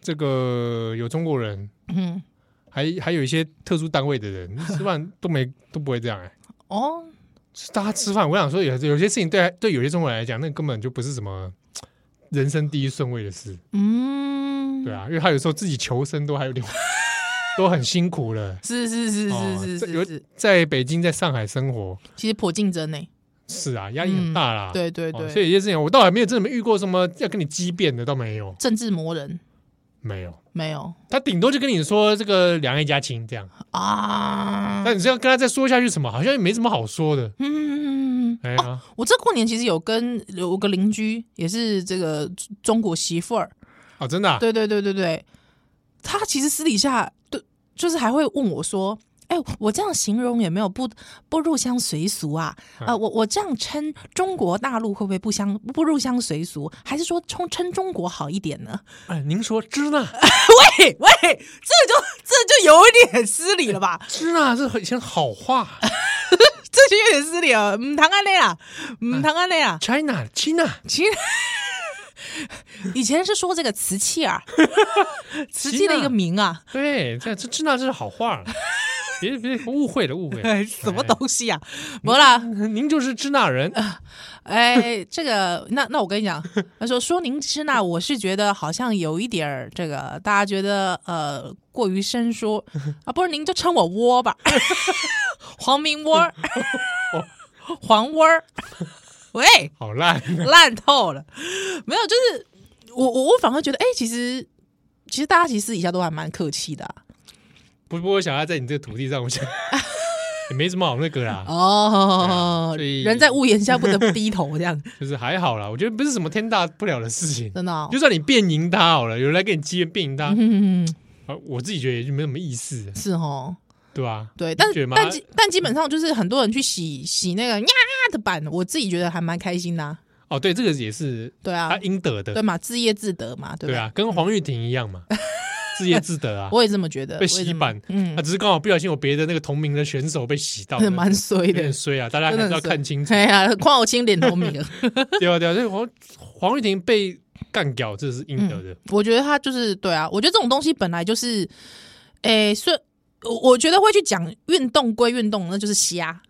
S2: 这个有中国人，
S3: 嗯，
S2: 还还有一些特殊单位的人吃饭都没都不会这样哎、
S3: 哦，
S2: 是大家吃饭，我想说有有些事情对对有些中国人来讲，那根本就不是什么人生第一顺位的事，啊
S3: 嗯，。
S2: 对啊，因为他有时候自己求生都还有点 [laughs] 都很辛苦了
S3: 是是是
S2: 哦
S3: 是是
S2: 在有
S3: 是是，
S2: 在北京、在上海生活，
S3: 其实颇竞争呢。
S2: 是啊，压力很大啦。
S3: 嗯对对
S2: 哦
S3: 对，
S2: 所以有些事情我倒还没有真的没遇过什么要跟你激辩的，倒没有，
S3: 政治魔人
S2: 没有。
S3: 没有
S2: 他顶多就跟你说这个两岸一家亲这样，
S3: 啊？
S2: 但你是要跟他再说下去什么，好像也没什么好说的。
S3: 嗯，
S2: 哎
S3: 哦，
S2: 呀，
S3: 我这过年其实有跟有个邻居，也是这个中国媳妇儿，
S2: 哦，真的啊，
S3: 对对对对对，他其实私底下对，就是还会问我说：“哎、我这样形容有没有不不入乡随俗啊？呃，
S2: 嗯
S3: 我我这样称中国大陆会不会不相不入乡随俗？还是说称称中国好一点呢？”
S2: 哎，您说支那
S3: 嘿哎喂，这就这就有一点失礼了吧？
S2: 支那这以前好
S3: [laughs]
S2: 话
S3: 这就有点失礼了，唔唐安内啊，唔唐安内啊。
S2: ，China China
S3: 其实 [laughs] 以前是说这个瓷器 [laughs] 啊，瓷器的一个名啊。
S2: [laughs] 对，这这支那这是好话了，别别误会了，误会了
S3: 哎，什么东西啊？没啦，
S2: 您就是支那人， [laughs]
S3: 哎，这个，那那我跟你讲，他说说您支那，我是觉得好像有一点儿这个，大家觉得呃过于生疏啊，不是您就称我窝吧， [laughs] 黄明窝
S2: [laughs]
S3: 儿，黄窝儿，喂，
S2: 好烂。
S3: 烂透了，没有，就是我我我反而觉得，哎，其实其实大家其实私底下都还蛮客气的啊、
S2: [laughs] 不过我想要在你这个土地上，我想也没什么好那个啦，
S3: 哦
S2: 对啊所，以
S3: 人在屋檐下不得不低头，这样
S2: 就是还好啦，我觉得不是什么天大不了的事情。
S3: 真的、哦
S2: 就，算你辩赢他好了，有人来跟你激辩辩赢他，
S3: 嗯，
S2: 啊我自己觉得也就没什么意思，
S3: [laughs] 是哦。
S2: 对吧？
S3: 对，但
S2: 觉得吗
S3: 但基但基本上就是很多人去洗洗那个呀的版，我自己觉得还蛮开心的、啊，
S2: 哦，对，这个也是
S3: 对啊
S2: 他，应得的
S3: 对，嘛，自业自得嘛，对不嗯
S2: 对啊，跟黄玉婷一样
S3: [laughs]
S2: 嘛，自业自得啊。
S3: 我也这么觉得，
S2: 被
S3: 我也
S2: 洗
S3: 这么
S2: 版
S3: 嗯，
S2: 啊，，只是刚好不小心有别的那个同名的选手被洗到
S3: [laughs] 蛮
S2: 有
S3: 衰的
S2: 点，衰啊，大家还
S3: 真的
S2: 是要
S3: 很衰
S2: 看清楚
S3: 哎。呀，况我青脸头明，
S2: [laughs] 对啊，对啊，所以黄黄玉婷被干掉，这是应得的。
S3: 我觉得他就是对啊，我觉得这种东西本来就是，哎，虽我我觉得会去讲运动归运动，那就是瞎，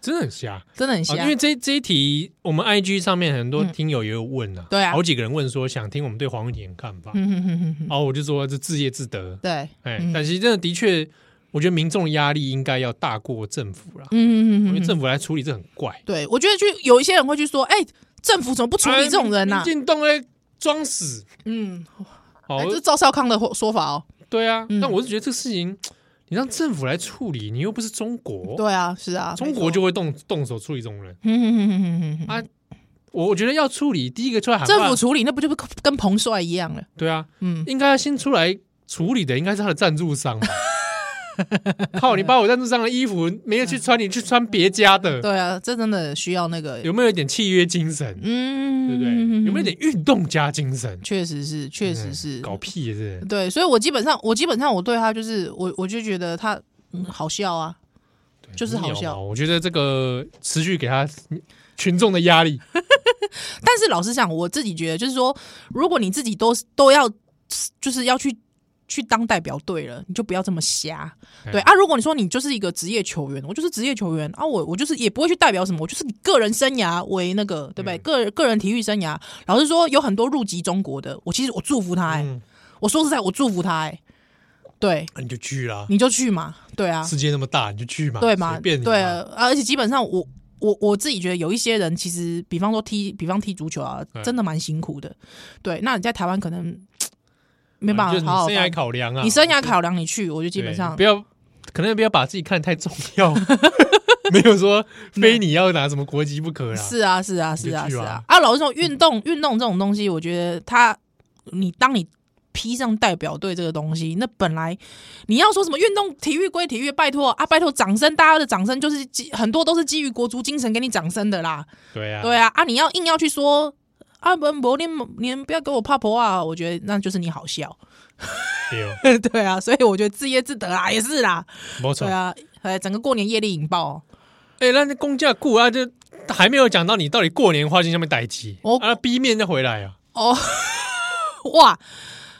S2: 真的很瞎啊！
S3: 真的很瞎，
S2: 因为这这一题，我们 IG 上面很多
S3: 嗯
S2: 听友也有问啊，
S3: 对啊
S2: 好几个人问说想听我们对黄玉婷的看法，
S3: 嗯哼哼哼哼，
S2: 然后我就说这自业自得，
S3: 对，
S2: 哎
S3: 嗯，
S2: 但是真的的确，我觉得民众的压力应该要大过政府啦，
S3: 嗯
S2: 因
S3: 哼
S2: 为
S3: 哼哼，
S2: 政府来处理这很怪。
S3: 对我觉得去有一些人会去说，哎，政府怎么不处理这种人啊呐
S2: 哎民？进动嘞装死，
S3: 嗯，哎
S2: 哦
S3: 这，是赵少康的说法哦。
S2: 对啊，
S3: 嗯
S2: 但我是觉得这个事情，你让政府来处理，你又不是中国，
S3: 对啊，是啊，
S2: 哦中
S3: 没
S2: 国
S3: 错
S2: 就会动动手处理这种人。
S3: 嗯哼哼哼哼哼哼
S2: 啊我我觉得要处理，第一个出来喊话
S3: 政府处理那不就跟彭帅一样了？
S2: 对啊，
S3: 嗯，
S2: 应该要先出来处理的，应该是他的赞助商
S3: [laughs]
S2: 吧。靠！你把我赞助商的衣服没有去穿，你去穿别家的，
S3: 对啊，这真的需要那个，
S2: 有没有一点契约精神？
S3: 嗯，
S2: 对不对？有没有一点运动家精神？
S3: 确实是，确实是
S2: 嗯搞屁也是，
S3: 对，所以我基本上，我基本上我对他就是我，我就觉得他、嗯、好笑啊，
S2: 对
S3: 就是好笑
S2: 鸟毛啊我觉得这个持续给他群众的压力，
S3: 但是老实讲，我自己觉得就是说，如果你自己都都要就是要去去当代表队了，你就不要这么瞎。
S2: 嗯
S3: 对啊，如果你说你就是一个职业球员，我就是职业球员啊，我我就是也不会去代表什么，我就是以个人生涯为那个，对不对？个个人体育生涯，老实说，有很多入籍中国的，我其实我祝福他、欸，
S2: 嗯啊
S3: 我说实在，我祝福他、欸，对，
S2: 那你就去啦。
S3: 你就去嘛，对嗯啊，
S2: 世界那么大，你就去嘛，
S3: 对嘛？
S2: 随便你
S3: 对
S2: 嘛
S3: 啊，而且基本上我我我自己觉得有一些人，其实比方说踢，比方踢足球啊
S2: 嗯，
S3: 真的蛮辛苦的。对，那你在台湾可能嘖没办
S2: 就是
S3: 法
S2: 你
S3: 好好
S2: 生涯
S3: 发
S2: 考量啊，
S3: 你生涯考量你去，我就基
S2: 对
S3: 本
S2: 你
S3: 上
S2: 不要，可能不要把自己看得太重
S3: [laughs]
S2: 要，没有说非你要拿什么国籍不可啦。
S3: 是啊是啊是啊
S2: 你
S3: 是
S2: 就去
S3: 啊
S2: 啊
S3: 啊！老实说，运动运动这种东西，我觉得它你当你。披上代表队这个东西，那本来你要说什么运动体育归体育，拜托啊，拜托掌声，大家的掌声就是基很多都是基于国足精神给你掌声的啦。
S2: 对啊，
S3: 对啊，啊，你要硬要去说啊，不不，你你们不要给我怕婆啊，我觉得那就是你好笑。 [laughs]
S2: 对哦，
S3: 对啊，所以我觉得自业自得啊，也是啦。
S2: 没错
S3: 对。啊，
S2: 哦
S3: 哎，整个过年业力引爆哦、
S2: 哎，那那公价顾啊，就还没有讲到你到底过年花心上面待机，
S3: 我
S2: 啊，B 面再回来啊，
S3: 哦 [laughs] 哇，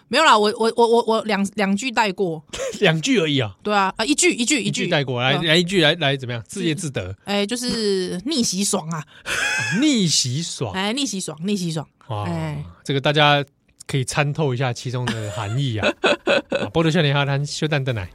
S3: 没有啦，我我我我我两两句带过。
S2: 两句而已啊，
S3: 对啊，啊，一句一句
S2: 一
S3: 一
S2: 句
S3: 句
S2: 带过来，
S3: 嗯
S2: 来一句来来怎么样？自业自得，
S3: 哎，就是逆袭爽啊！
S2: 逆袭爽
S3: 哎，逆袭爽，逆袭爽！
S2: 啊
S3: 哎， [laughs]
S2: 这个大家可以参透一下其中的含义啊。啊波多少年哈，咱小蛋蛋来，